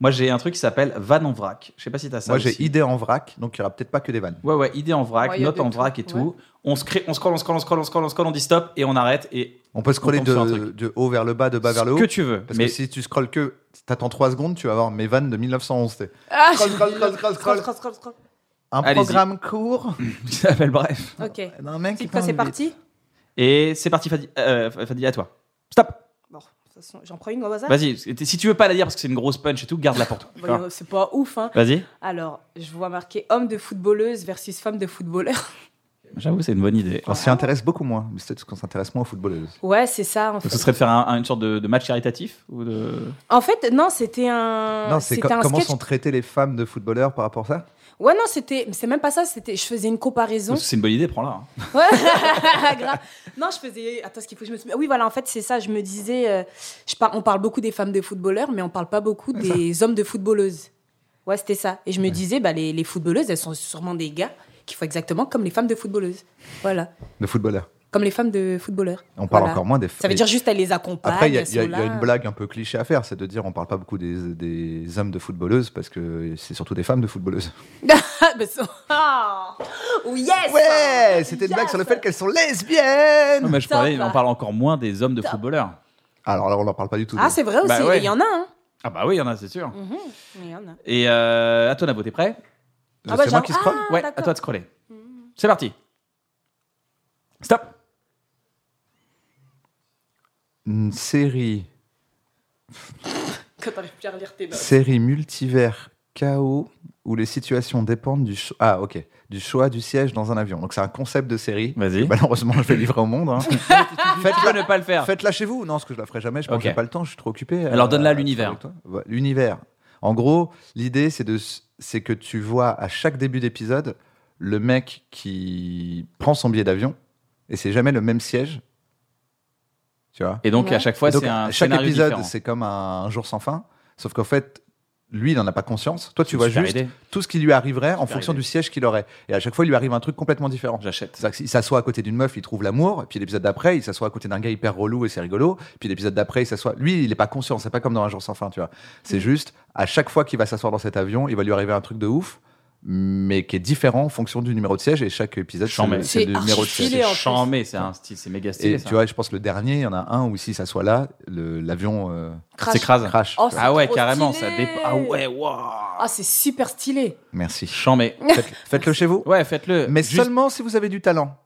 A: Moi j'ai un truc qui s'appelle Van en vrac. Je sais pas si t'as ça
C: Moi, j'ai
A: aussi.
C: idée en vrac, donc il n'y aura peut-être pas que des vannes.
A: Ouais, ouais, idée en vrac,
B: Ouais, y a
A: note
B: de
A: en
B: tout,
A: vrac et
B: ouais.
A: tout. On, se crée, on scroll, on scroll, on scroll, on scroll, on scroll, on dit stop et on arrête et
C: On peut scroller
A: tombe sur un
C: de,
A: truc.
C: de haut vers le bas, de bas vers le
A: ce
C: haut.
A: que tu veux.
C: Parce
A: mais
C: que si tu scrolles que, t'attends 3 secondes, tu vas avoir mes vannes de 1911. t'es.
B: Ah,
C: Scroll,
B: j'ai-
C: scroll, scroll, scroll, scroll.
B: scroll, scroll, scroll.
C: Un
A: Allez-y.
C: programme court.
A: qui s'appelle bref.
B: Ok.
C: Non, mec,
B: C'est quoi, c'est parti
A: Et c'est parti, Fadi, euh, Fadi, à toi. Stop
B: Bon, de toute façon, j'en prends une au hasard.
A: Vas-y, si tu veux pas la dire parce que c'est une grosse punch et tout, garde-la pour toi.
B: Voyons, C'est pas ouf, hein.
A: Vas-y.
B: Alors, je vois marqué homme de footballeuse versus femme de footballeur.
A: J'avoue, c'est une bonne idée.
C: On s'y intéresse beaucoup moins. Mais c'est peut-être qu'on s'intéresse moins aux footballeuses.
B: Ouais, c'est ça, en
A: Donc,
B: fait.
A: ce serait de faire un- un- une sorte de, de match caritatif ou de...
B: En fait, non, c'était un.
C: non, c'est
B: c'était
C: co-
B: un
C: comment
B: sketch.
C: sont traitées les femmes de footballeurs par rapport à ça
B: Ouais, non, c'était. mais C'est même pas ça, c'était. Je faisais une comparaison.
A: Parce que C'est une bonne idée, prends-la. hein.
B: Ouais, grave. Non, je faisais. Attends, ce qu'il faut que je me. souvienne. Oui, voilà, en fait, c'est ça. Je me disais. euh, je par... On parle beaucoup des femmes de footballeurs, mais on parle pas beaucoup des hommes de footballeuses. Ouais, c'était ça. Et je me disais, bah, les, les footballeuses, elles sont sûrement des gars qui font exactement comme les femmes de footballeuses. Voilà.
C: De footballeurs.
B: Comme les femmes de footballeurs.
C: On parle
B: Voilà.
C: encore moins des
B: Ça veut
C: des-
B: dire juste, elles les accompagnent.
C: Après, il y, a-
B: elles
C: il y a-
B: sont
C: il y a
B: là.
C: une blague un peu cliché à faire, c'est de dire on parle pas beaucoup des, des hommes de footballeuses parce que c'est surtout des femmes de footballeuses.
B: Ah, bah, c'est- Ah. Oh, yes!
C: Ouais, c'était une
B: Yes.
C: blague sur le fait qu'elles sont lesbiennes.
A: Non, mais je
B: Top.
A: parlais, on parle encore moins des hommes de
B: Top.
A: footballeurs.
C: Alors là, on n'en parle pas du tout.
B: Ah, c'est vrai aussi.
A: Bah
B: Et Il
A: ouais.
B: y en a, hein.
A: Ah bah oui, il y en a, c'est sûr.
B: Mhm. Il y en a.
A: Et euh, à toi, Navo, t'es prêt
C: euh, C'est
B: Ah bah,
C: moi
B: j'ai-
C: qui scrolle.
B: Ah,
A: Ouais, à
B: d'accord. Mhm.
A: toi de scroller. C'est parti. Stop.
C: Une série,
B: Quand t'arrives plus à relire tes notes.
C: série multivers chaos où les situations dépendent du cho- ah ok du choix du siège dans un avion. Donc c'est un concept de série.
A: Vas-y.
C: Malheureusement, je vais livrer au monde. hein.
A: Tu peux Bah, ne pas le faire.
C: Faites-la chez vous. Non, ce que je la ferai jamais. Je pense
A: Ok.
C: que j'ai pas le temps. Je suis trop occupé.
A: Alors, donne-la à
C: euh,
A: l'univers.
C: avec toi. Ouais, L'univers. En gros, l'idée c'est de s- c'est que tu vois à chaque début d'épisode le mec qui prend son billet d'avion et c'est jamais le même siège. Tu vois.
A: Et donc,
B: Ouais.
A: à chaque fois,
C: Et donc,
A: c'est un
C: chaque
A: scénario
C: épisode,
A: différent.
C: c'est comme un, un jour sans fin. Sauf qu'en fait, lui, il n'en a pas conscience. Toi, tu vois
A: Super
C: juste
A: idée.
C: tout ce qui lui arriverait en fonction
A: idée.
C: du siège qu'il aurait. Et à chaque fois, il lui arrive un truc complètement différent.
A: J'achète.
C: C'est-à-dire qu'il s'assoit à côté d'une meuf, il trouve l'amour. Et puis l'épisode d'après, il s'assoit à côté d'un gars hyper relou et c'est rigolo. Puis l'épisode d'après, il s'assoit. Lui, il n'est pas conscient. C'est pas comme dans Un jour sans fin, tu vois.
B: Mm.
C: C'est juste, à chaque fois qu'il va s'asseoir dans cet avion, il va lui arriver un truc de ouf, mais qui est différent en fonction du numéro de siège. Et chaque épisode,
A: Chant,
C: c'est le-
A: mais-
C: c'est
B: C'est hein,
C: le numéro de
B: archi
C: siège.
B: stylé, en
A: C'est
B: plus.
A: charmé, c'est un style, c'est méga stylé.
C: Et
A: ça.
C: tu vois, je pense que le dernier, il y en a un où s'il s'assoit là, le- l'avion euh,
B: Crash.
A: s'écrase.
C: crash.
B: Oh,
A: Ah ouais,
B: trop
A: carrément,
B: stylé.
A: ça dépend. Ah ouais, waouh.
B: Ah, c'est super stylé.
C: Merci.
A: Charmé.
C: Faites- Faites-le chez vous.
A: Ouais, faites-le.
C: Mais
A: Juste-
C: seulement si vous avez du talent.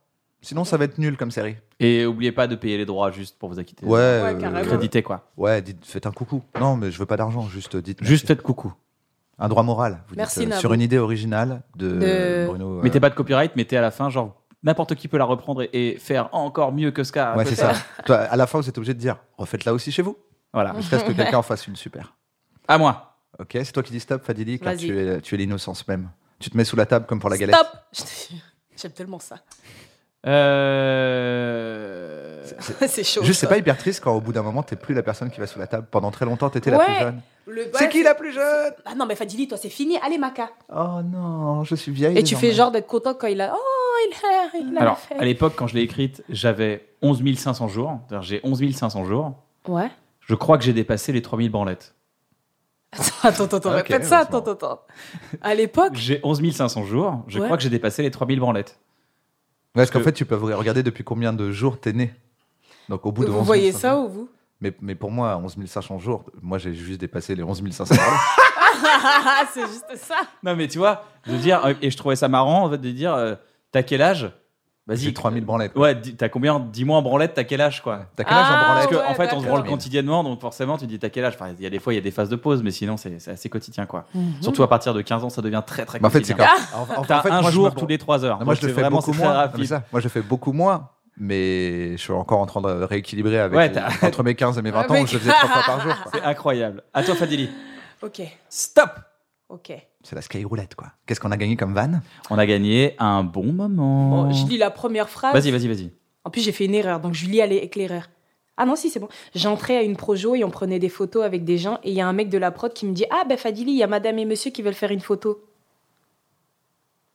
C: Sinon, ça va être nul comme série.
A: Et oubliez pas de payer les droits juste pour vous acquitter.
B: Ouais, carrément.
C: euh,
A: Crédité, quoi.
C: ouais, dites- faites un coucou. Non, mais je veux pas d'argent, juste dites. merci.
A: Juste faites coucou.
C: un droit moral. Vous
B: Merci,
C: dites, euh,
B: Nabo.
C: sur une idée originale de,
B: De-
C: Bruno. euh,
A: Mettez pas de copyright, mettez à la fin, genre, n'importe qui peut la reprendre et, et faire encore mieux que ce qu'a.
C: Ouais,
A: peut
C: c'est
A: faire.
C: ça. Toi, à la fin, vous êtes obligé de dire refaites-la aussi chez vous.
A: Voilà.
C: Jusqu'à ce que quelqu'un en fasse une super.
A: À moi.
C: Ok, c'est toi qui dis stop, Fadili, car
B: Vas-y.
C: tu es, tu es l'innocence même. Tu te mets sous la table comme pour la galette.
B: Stop Je te jure, J'aime tellement ça.
A: Euh...
B: c'est chaud.
C: Juste, c'est
B: ça.
C: pas hyper triste quand au bout d'un moment, t'es plus la personne qui va sous la table. Pendant très longtemps, t'étais la
B: Ouais.
C: plus jeune.
B: Le- ouais,
C: c'est qui la plus jeune
B: Ah non, mais Fadili, toi, c'est fini. Allez, Maca.
C: Oh non, je suis vieille.
B: Et tu fais
C: désormais.
B: genre d'être content quand il a. Oh, il a. Il a
A: Alors,
B: fait.
A: à l'époque, quand je l'ai écrite, j'avais 11 500 jours. C'est-à-dire, J'ai 11 500 jours.
B: Ouais.
A: Je crois que j'ai dépassé les 3000 branlettes.
B: Attends, attends, attends,
C: Ok,
B: répète ça.
C: bon,
B: Attends, attends, attends. À l'époque,
A: J'ai 11 500 jours. Je
B: Ouais.
A: crois que j'ai dépassé les 3000 branlettes.
C: Ouais, parce qu'en
A: que-
C: fait, tu peux regarder depuis combien de jours t'es né. Donc au bout de
B: vous
C: 11
B: voyez
C: 500
B: ça ou vous
C: mais, mais pour moi, 11 500 jours, moi j'ai juste dépassé les 11 500 jours.
B: Ah, c'est juste ça.
A: Non, mais tu vois, de dire, euh, et je trouvais ça marrant en fait, de dire, euh, t'as quel âge
C: J'ai
A: Vas-y. Ah,
C: 3000 branlettes.
A: Ouais, dis- t'as combien Dis-moi en branlette, t'as quel âge, quoi
C: T'as quel âge
B: Ah,
C: en
A: Parce
C: branlette
A: qu'en en
B: ouais,
A: fait, on se
B: d'accord.
A: branle quotidiennement, donc forcément, tu dis t'as quel âge Enfin, il y a des fois, il y a des phases de pause, mais sinon, c'est c'est assez quotidien, quoi.
B: Mhm.
A: Surtout à partir de 15 ans, ça devient très, très
C: Mais en fait, c'est
A: quotidien.
C: quand. en- en- en
A: T'as
C: fait,
A: un
C: moi, je me
A: jour
C: bran-
A: tous les 3 heures.
C: Non, moi
A: Donc,
C: je le
A: c'est
C: fais
A: vraiment,
C: beaucoup
A: c'est
C: moins.
A: très
C: Non, mais
A: rapide.
C: ça, moi je fais beaucoup moins, mais je suis encore en train de rééquilibrer avec euh,
A: Ouais, t'as-
C: entre mes 15 et mes 20 ans
B: Ouais,
C: où je le faisais trois fois par jour. quoi.
A: C'est incroyable. À toi, Fadili.
B: Ok,
A: Stop
B: ok.
C: C'est la sky roulette quoi. Qu'est-ce qu'on a gagné comme van
A: On a gagné un bon moment.
B: Bon, je lis Bah, la première phrase.
A: Vas-y, vas-y, vas-y.
B: En plus, j'ai fait une erreur, donc je lis à l'éclaireur. Ah non, si, c'est bon. J'entrais à une projo et on prenait des photos avec des gens. Et il y a un mec de la prod qui me dit Ah, ben Fadili, il y a madame et monsieur qui veulent faire une photo.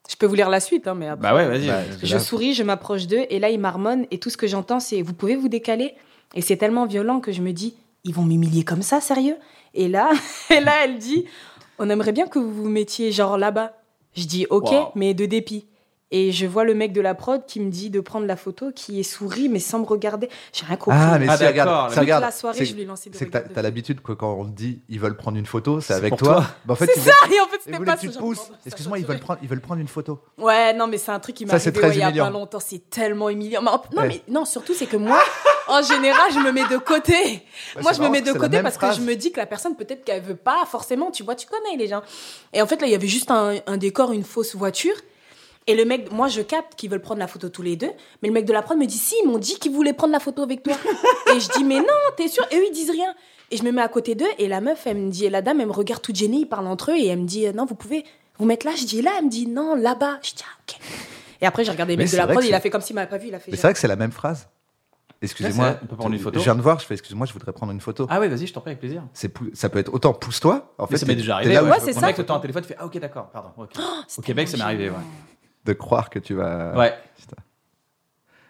B: Je peux vous lire la suite, hein, mais après.
A: Bah ouais, vas-y.
C: Bah,
B: Je
C: là,
B: souris, je m'approche d'eux, et là, ils marmonnent, et tout ce que j'entends, c'est Vous pouvez vous décaler Et c'est tellement violent que je me dis Ils vont m'humilier comme ça, sérieux Et là, et là, elle dit On aimerait bien que vous vous mettiez genre là-bas. Je dis Ok,
A: Wow.
B: mais de dépit. Et je vois le mec de la prod qui me dit de prendre la photo, qui est souris, mais sans me regarder. J'ai rien compris.
C: Ah mais
A: Ah,
C: si
A: d'accord,
C: regarde,
A: le
C: ça,
A: mec-
C: regarde.
B: la soirée,
C: c'est-
B: je lui ai lancé des
C: C'est que t'as
B: regards de
C: t'as l'habitude que quand on te dit ils veulent prendre une photo, c'est avec
A: pour
C: toi.
A: toi.
C: Bah, en fait,
B: C'est
C: ils
B: ça,
C: veulent-
B: et en fait,
C: ils
B: c'était
C: voulent
B: pas
C: que tu
B: ce
C: te
B: genre de
C: pousses.
B: bordel.
C: Excuse-moi, ils veulent prendre, ils veulent prendre une photo.
B: Ouais, non, mais c'est un truc qui m'est
C: Ça, c'est
B: arrivé
C: très
B: ouais, il y a
C: humiliant. Eh.
B: pas longtemps. C'est tellement humiliant. Mais en- non,
C: Ouais.
B: mais non, surtout, c'est que moi, en général, je me mets de côté.
C: Ouais,
B: moi,
C: c'est
B: je me mets
C: marrant parce
B: de
C: que c'est la
B: côté
C: même
B: parce
C: phrase.
B: que je me dis que la personne, peut-être qu'elle veut pas forcément. Tu vois, tu connais les gens. Et en fait, là, il y avait juste un, un décor, une fausse voiture. Et le mec, moi, je capte qu'ils veulent prendre la photo tous les deux. Mais le mec de la prod me dit Si, ils m'ont dit qu'ils voulaient prendre la photo avec toi. et je dis Mais non, t'es sûr Et eux, ils disent rien. Et je me mets à côté d'eux. Et la meuf, elle me dit et La dame, elle me regarde toute gênée. Ils parlent entre eux. Et elle me dit euh, Non, vous pouvez vous mettre là Je dis Là. Elle me dit Non, là-bas. Je dis Ah, ok. Et après, j'ai regardé le
C: Mais
B: mec de
C: c'est
B: la
C: vrai
B: prod.
C: que
B: Il a
C: c'est-
B: fait comme s'il m'avait pas vu. Il a fait
C: Mais c'est
B: genre-
C: vrai que c'est la même phrase.
A: Ouais, c'est
C: Excusez-moi,
A: vrai, on peut prendre une photo.
C: Je viens de voir, je fais excuse-moi, je voudrais prendre une photo.
A: Ah ouais, vas-y, je t'en prie avec plaisir.
C: C'est pou- ça peut être autant pousse-toi. En fait,
A: Mais ça m'est
C: t'es-
A: déjà
C: t'es
A: arrivé.
C: là où
B: ouais,
C: tu
B: c'est
C: veux
B: ça. Oh,
C: prendre
A: Mec, t'as un téléphone, tu fais Ah, ok, d'accord, pardon. ok. Au
B: Ah, c'était
A: Québec, ça m'est
B: tellement
A: arrivé, ouais.
B: gênant.
C: de croire que tu vas.
A: Ouais.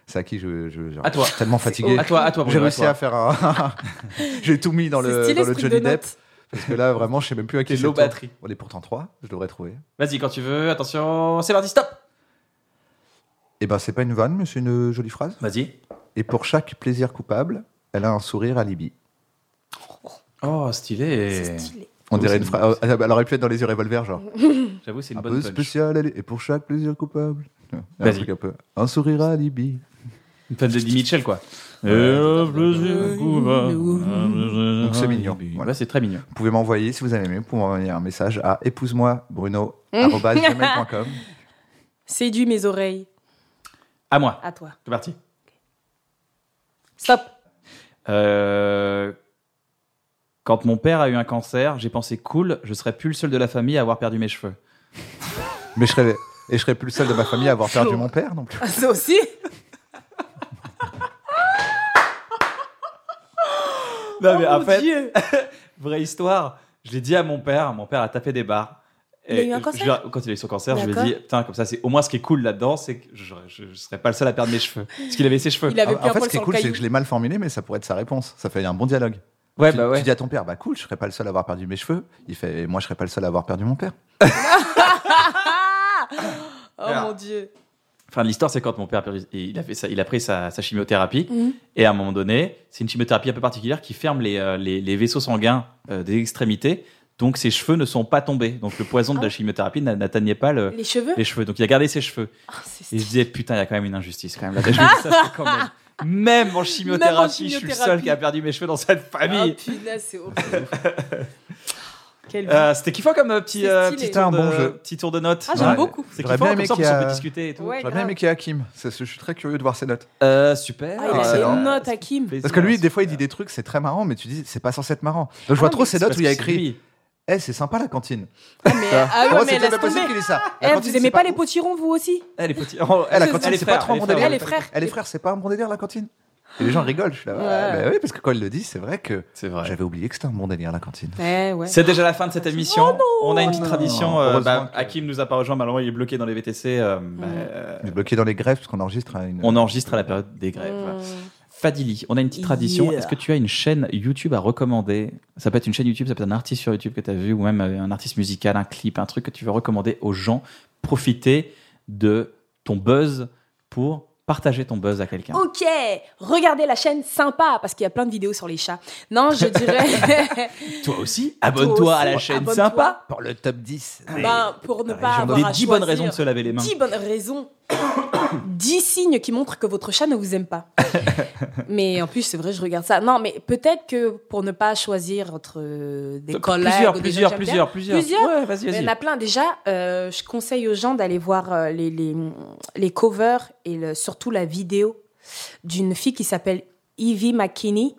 C: C'est à qui je, je, je-
A: À toi.
C: je suis tellement fatigué.
A: À toi, à toi, Bruno,
C: J'ai
A: à
C: réussi
A: toi.
C: à faire un. J'ai tout mis dans
B: C'est
C: le,
B: stylé,
C: dans
B: ce
C: le
B: truc
C: Johnny
B: de
C: Depp.
B: notes.
C: Parce que là, vraiment, je sais même plus à qui
A: T'es
C: c'est.
A: low
C: toi.
A: batterie.
C: On est pourtant trois, je devrais trouver.
A: Vas-y, quand tu veux, attention. C'est parti, stop
C: Eh ben, c'est pas une vanne, mais c'est une jolie phrase.
A: Vas-y.
C: Et pour chaque plaisir coupable, elle a un sourire à Libye.
A: Oh, stylé.
B: C'est stylé.
C: On
A: Oh,
C: dirait
A: c'est
C: une
A: une
C: phrase. Elle aurait pu être dans les yeux revolver, genre.
A: J'avoue, c'est une
C: Un
A: bonne
C: Ah, peu
A: punch.
C: spécial. elle est- Et pour chaque plaisir coupable. Un
A: Vas-y.
C: truc un peu. Un sourire à Libye.
A: Une punch de Di Mitchell, quoi. Donc
C: Donc c'est mignon, voilà.
A: Ouais, c'est très mignon.
C: Vous pouvez m'envoyer, si vous avez aimé, vous pouvez m'envoyer un message à épouse-moi bruno arobase gmail.com.
B: Séduis mes oreilles.
A: À moi,
B: À toi.
A: c'est parti.
B: Stop.
A: Euh, Quand mon père a eu un cancer, j'ai pensé cool, je serais plus le seul de la famille à avoir perdu mes cheveux.
C: Mais je serais, et je serais plus le seul de ma famille à avoir perdu mon père non plus.
B: Ça aussi
A: Non,
B: Oh
A: mais
B: mon
A: en fait,
B: Dieu.
A: vraie histoire, je l'ai dit à mon père, mon père a tapé des barres.
B: Il a eu un
A: je-
B: cancer
A: je- quand il a eu son cancer, je lui ai
B: D'accord.
A: dit, putain, comme ça, c'est au moins ce qui est cool là-dedans, c'est que je, je, je serais pas le seul à perdre mes cheveux. Parce qu'il avait ses cheveux.
B: Il avait
C: En
B: plus un
C: fait,
B: poil
C: ce qui est
B: sur
C: cool,
B: le
C: c'est
B: caillou.
C: que je l'ai mal formulé, mais ça pourrait être sa réponse. Ça fait un bon dialogue.
A: Ouais,
C: tu,
A: bah ouais.
C: tu dis à ton père, bah cool, je serais pas le seul à avoir perdu mes cheveux. Il fait, moi, je serais pas le seul à avoir perdu mon père.
B: Oh mon dieu.
A: Enfin, l'histoire, c'est quand mon père a perdu- et il a, fait ça, il a pris sa, sa chimiothérapie.
B: Mmh.
A: Et à un moment donné, c'est une chimiothérapie un peu particulière qui ferme les, euh, les, les vaisseaux sanguins euh, des extrémités. Donc ses cheveux ne sont pas tombés. Donc le poison
B: Ah.
A: de la chimiothérapie n'a- n'atteignait pas le-
B: Les cheveux
A: les cheveux. Donc il a gardé ses cheveux.
B: Ah, c'est
A: Et je
B: stylé.
A: disais, putain, il y a quand même une injustice quand même. Là, je me dis, ça, c'est quand même. Même en chimiothérapie,
B: Même
A: je
B: en
A: suis le seul
B: chimiothérapie.
A: qui a perdu mes cheveux dans cette famille.
B: Ah, punaise, c'est horrible. Quelle vie.
A: Euh, C'était kiffant comme euh, petit,
B: C'est
A: euh,
B: stylé.
A: petit, tour
C: Un
A: de,
C: bon jeu.
A: petit tour de notes.
B: Ah, j'aime
C: Ouais.
B: beaucoup.
A: C'est
C: J'aurais
A: kiffant,
C: bien
A: comme
C: aimé
A: ça, on
C: qu'il y a-
A: peut discuter et tout.
B: Ouais,
C: J'aurais bien
B: grave.
C: aimé qu'il y ait Hakim. C'est- Je suis très curieux de voir ses notes.
A: Euh, super.
B: Ah, il a
C: Excellent.
B: des notes, Hakim.
A: euh.
C: Parce que lui, des fois, il dit des trucs, c'est très marrant, mais tu dis, c'est pas censé être marrant. Donc je vois
B: Ah,
C: trop
B: mais
C: ses notes où il y a écrit Eh, c'est sympa la cantine.
B: Ah, mais, ah, ouais,
C: Pour moi,
B: mais
C: c'était
B: laisse
C: pas possible
B: tomber.
C: qu'il ait ça.
B: Eh,
C: La cantine,
B: vous aimez
C: c'est
B: pas les potirons, vous aussi
A: Elle est petite.
C: Eh, la cantine, c'est pas trop un bon délire.
B: frères, les frères.
C: Eh, les frères, c'est pas un bon délire la cantine. Et les gens rigolent, je suis là. ouais,
B: Ouais.
C: bah oui, parce que quand ils le disent, c'est vrai que
A: C'est vrai.
C: j'avais oublié que c'était un bon délire la cantine.
B: Eh, ouais.
A: C'est déjà la fin de cette émission.
B: Oh
A: on a une petite
C: non.
A: tradition. euh,
C: Heureusement
A: bah,
C: que-
A: Hakim nous a pas rejoint, malheureusement il est bloqué dans les VTC. euh,
B: Mm.
A: bah, euh,
C: On est bloqué dans les grèves parce qu'on enregistre à une.
A: on enregistre à la période des grèves.
B: Hmm.
A: Fadili, on a une petite tradition.
B: Mm. Yeah.
A: Est-ce que tu as une chaîne YouTube à recommander Ça peut être une chaîne YouTube, ça peut être un artiste sur YouTube que tu as vu, ou même euh, un artiste musical, un clip, un truc que tu veux recommander aux gens. Profiter de ton buzz pour partager ton buzz à quelqu'un.
B: Ok, regardez la chaîne sympa parce qu'il y a plein de vidéos sur les chats. Non, je dirais.
A: Toi aussi, abonne-toi à la
B: aussi,
A: chaîne
B: abonne-toi.
A: sympa. Ah,
C: Pour le top 10.
B: ben, pour ne
C: Des
B: pas avoir
A: Des
B: à
A: 10 bonnes
B: choisir.
A: raisons de se laver les mains.
B: 10 bonnes raisons. 10 signes qui montrent que votre chat ne vous aime pas. mais en plus, c'est vrai, je regarde ça. Non, mais peut-être que pour ne pas choisir entre euh, des collègues.
A: plusieurs,
B: ou des
A: plusieurs,
B: gens que j'aime
A: plusieurs,
B: bien,
A: plusieurs.
B: Plusieurs
A: Ouais, vas-y,
B: Mais Il y en
A: vas-y.
B: a plein. Déjà, euh, je conseille aux gens d'aller voir euh, les, les, les covers et le- surtout la vidéo d'une fille qui s'appelle Evie McKinney.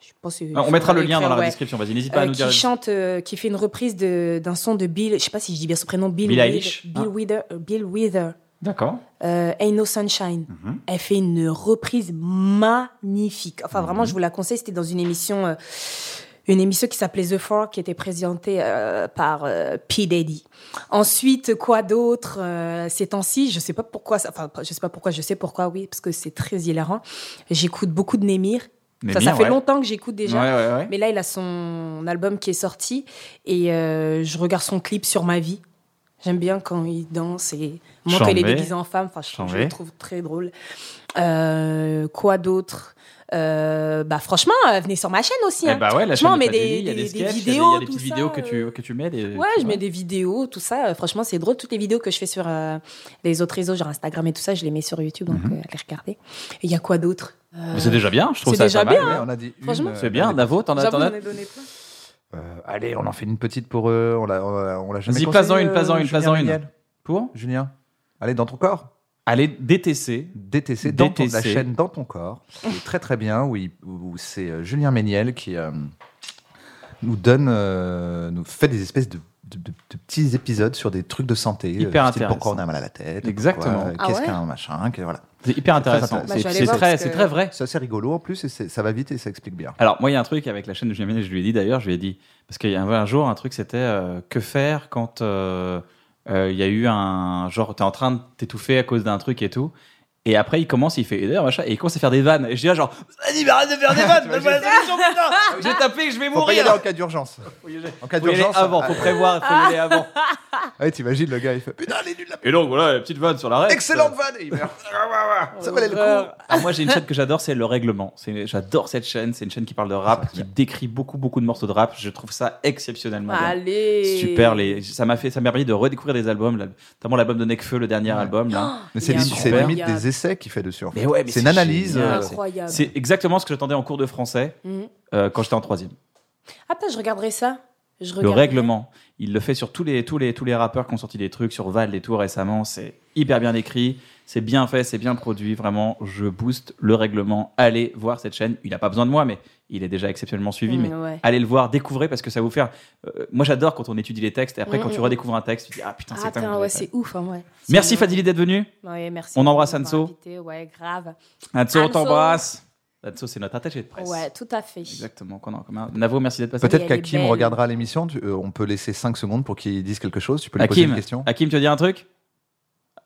B: Je pense que-
A: Ah, On mettra le lien dans la
B: euh, Ouais.
A: description. Vas-y, n'hésite pas
B: Euh,
A: à nous
B: qui
A: dire.
B: chante, euh, qui fait une reprise de- d'un son de Bill, je sais pas si je dis bien son prénom, Bill,
A: Bill
B: Wither-
A: Eilish.
B: Bill
A: Ah.
B: Wither, euh, Bill Wither,
A: D'accord.
B: euh, Ain't No Sunshine.
A: Mhm.
B: Elle fait une reprise magnifique. Enfin,
A: Mhm.
B: vraiment, je vous la conseille. C'était dans une émission, euh, une émission qui s'appelait The Four, qui était présentée euh, par euh, P. Diddy. Ensuite, quoi d'autre euh, Ces temps-ci, je sais pas pourquoi, ça- enfin, je sais pas pourquoi, je sais pourquoi, oui, parce que c'est très hilarant. J'écoute beaucoup de Némir. ça, ça
A: Némir,
B: fait
A: ouais.
B: longtemps que j'écoute déjà.
A: Ouais, ouais, ouais.
B: Mais là, il a son album qui est sorti et euh, je regarde son clip sur ma vie. J'aime bien quand il danse et moi quand il est
A: Chambé.
B: déguisé en femme. Enfin, je, trouve- je
A: Chambé.
B: le trouve très drôle. Euh, quoi d'autre Euh, Bah franchement, euh, venez sur ma chaîne aussi.
A: Eh
B: hein.
A: bah ouais, la
B: Franchement,
A: chaîne de
B: mais des-
A: Fadili, il y a
B: des-
A: des
B: des
A: sketchs, il y a des-
B: vidéos,
A: il y a des petites
B: tout
A: vidéos
B: ça,
A: que tu
B: euh.
A: que tu mets. des-
B: Ouais,
A: tu
B: je
A: vois.
B: mets des vidéos, tout ça. Euh, Franchement, c'est drôle. Toutes les vidéos que je fais sur euh, les autres réseaux, genre Instagram et tout ça, je les mets sur YouTube, donc euh, allez regarder. Et il y a quoi d'autre Euh,
A: Mais C'est Mhm. déjà bien. Je trouve
B: C'est
A: ça
B: déjà
A: pas mal.
B: bien, hein.
C: on a dit une,
B: Franchement.
C: euh,
A: C'est bien. Davo, t'en as,
B: J'avoue,
A: t'en as.
B: j'en ai donné plein.
C: Euh, allez, on en fait une petite pour eux. On l'a, on l'a, on l'a jamais
A: Vas-y,
C: conseillé,
A: place-en une,
C: euh,
A: place-en une,
C: Julien
A: place-en une.
C: Miguel.
A: Pour
C: Julien, allez dans ton corps.
A: aller DTC.
C: DTC, dans ton- la
A: DTC.
C: chaîne Dans ton corps, qui est très très bien, où, il- où c'est euh, Julien Méniel qui euh, nous donne, euh, nous fait des espèces de, de- de- de petits épisodes sur des trucs de santé. euh,
A: Hyper
C: style Pourquoi on a mal à la tête
A: Exactement.
C: pourquoi, euh,
B: Ah
C: Qu'est-ce
B: ouais
C: qu'un machin que- voilà.
A: C'est hyper
C: très
A: intéressant.
C: intéressant.
B: Bah, je vais
A: C'est
B: aller
A: c'est
B: voir
A: très,
B: parce
A: c'est
B: que-
A: très vrai.
C: C'est assez rigolo en plus et c'est- ça va vite et ça explique bien.
A: Alors, moi, il y a un truc avec la chaîne de Julien Méniel, je lui ai dit d'ailleurs, je lui ai dit, parce qu'il y a un, un jour, un truc, c'était euh, que faire quand euh, euh, il y a eu un. Genre, t'es en train de t'étouffer à cause d'un truc et tout. Et après, il commence, il fait et d'ailleurs, machin, et il commence à faire des vannes. Et je dis, là, genre, vas-y, mais arrête de faire des vannes, donne-moi la solution, putain J'ai tapé, je vais
C: Faut pas y aller
A: mourir
C: en cas d'urgence. En cas
A: Faut y aller
C: d'urgence.
A: avant,
C: ah,
A: faut prévoir, faut y aller avant.
C: ouais, t'imagines le gars, il fait Putain, les nuls, la
A: Et donc, voilà, la petite vanne sur l'arrêt.
C: excellente vanne Et il meurt. ça valait le coup.
A: Ah, moi, j'ai une chaîne que j'adore, c'est Le Règlement. C'est- J'adore cette chaîne. C'est une chaîne qui parle de rap, qui décrit beaucoup, beaucoup de morceaux de rap. Je trouve ça exceptionnellement
C: Ah,
A: bien.
B: Allez.
A: Super. Les, ça m'a fait, ça m'a permis de redécouvrir des albums, là, notamment l'album de Nekfeu, le dernier
C: Ouais.
A: album. Là.
C: Mais c'est
B: Oh, Il est
C: limite, c'est
B: incroyable.
C: limite des essais qu'il fait dessus. en fait.
A: Mais ouais, mais
C: c'est une
A: c'est
C: analyse.
A: génial.
C: euh,
B: Incroyable.
A: euh. C'est exactement ce que j'attendais en cours de français
B: Mhm.
A: euh, quand j'étais en troisième.
B: Ah, putain, je regarderai ça. Je
A: Le
B: regarderai.
A: règlement, il le fait sur tous les tous les tous les rappeurs qui ont sorti des trucs sur Val et tout récemment. C'est hyper bien écrit, c'est bien fait, c'est bien produit. Vraiment, je booste le règlement. Allez voir cette chaîne. Il n'a pas besoin de moi, mais il est déjà exceptionnellement suivi.
B: Mm,
A: mais Ah,
B: ouais.
A: allez le voir, découvrez parce que ça va vous faire. euh, moi, j'adore quand on étudie les textes et après
B: Mm,
A: quand tu
B: mm,
A: redécouvres un texte, tu dis ah putain
B: Ah,
A: c'est
B: putain,
A: dingue.
B: ouais, c'est ouf, hein, ouais.
A: Merci
B: C'est-
A: Fadili d'être venu.
B: Ouais, merci.
A: On embrasse Anso.
B: Anso. Ouais, grave.
A: Anso, on
B: Anso.
A: t'embrasse. Anso, c'est notre attaché de presse.
B: Ouais, tout à fait.
A: Exactement. qu'on a en commun. Navo, merci d'être passé.
C: Peut-être
B: elle est
C: qu'Hakim
B: belle.
C: regardera l'émission. tu- euh, on peut laisser 5 secondes pour qu'il dise quelque chose. Tu peux lui poser une
A: Hakim, Euh,
C: question.
A: Hakim, tu veux dire un truc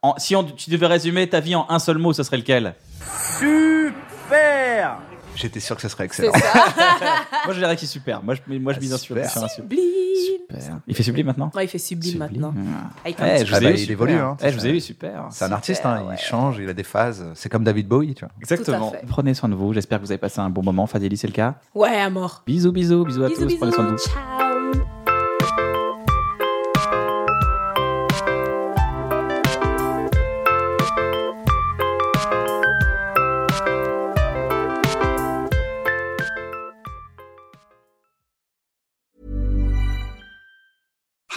A: En- Si on, tu devais résumer ta vie en un seul mot, ce serait lequel
C: J'étais sûr que ce serait
B: C'est
C: excellent.
B: ça. Ah.
A: Moi, je dirais qu'il est super. Moi, je, mais moi, je
C: Ah,
A: mise un sur,
C: super.
A: sur un super.
B: Sublime.
A: Il fait sublime maintenant
B: Ouais, il fait sublime, maintenant.
A: Mmh.
B: Avec un
A: Eh,
B: petit-
A: je vous
C: Ah
A: ai
C: bah,
A: eu
C: il
A: super.
C: évolue, hein,
A: Eh, je vous ai eu super.
C: C'est un artiste,
B: Super,
C: hein,
B: ouais.
C: il change, il a des phases. C'est comme David Bowie, tu vois.
A: Exactement.
B: Tout à fait.
A: Prenez soin de vous. J'espère que vous avez passé un bon moment. Fadeli, c'est le cas.
B: Ouais, à mort.
A: Bisous, bisous, bisous à
B: Bisous,
A: tous.
B: bisous.
A: Prenez soin de vous.
B: Ciao.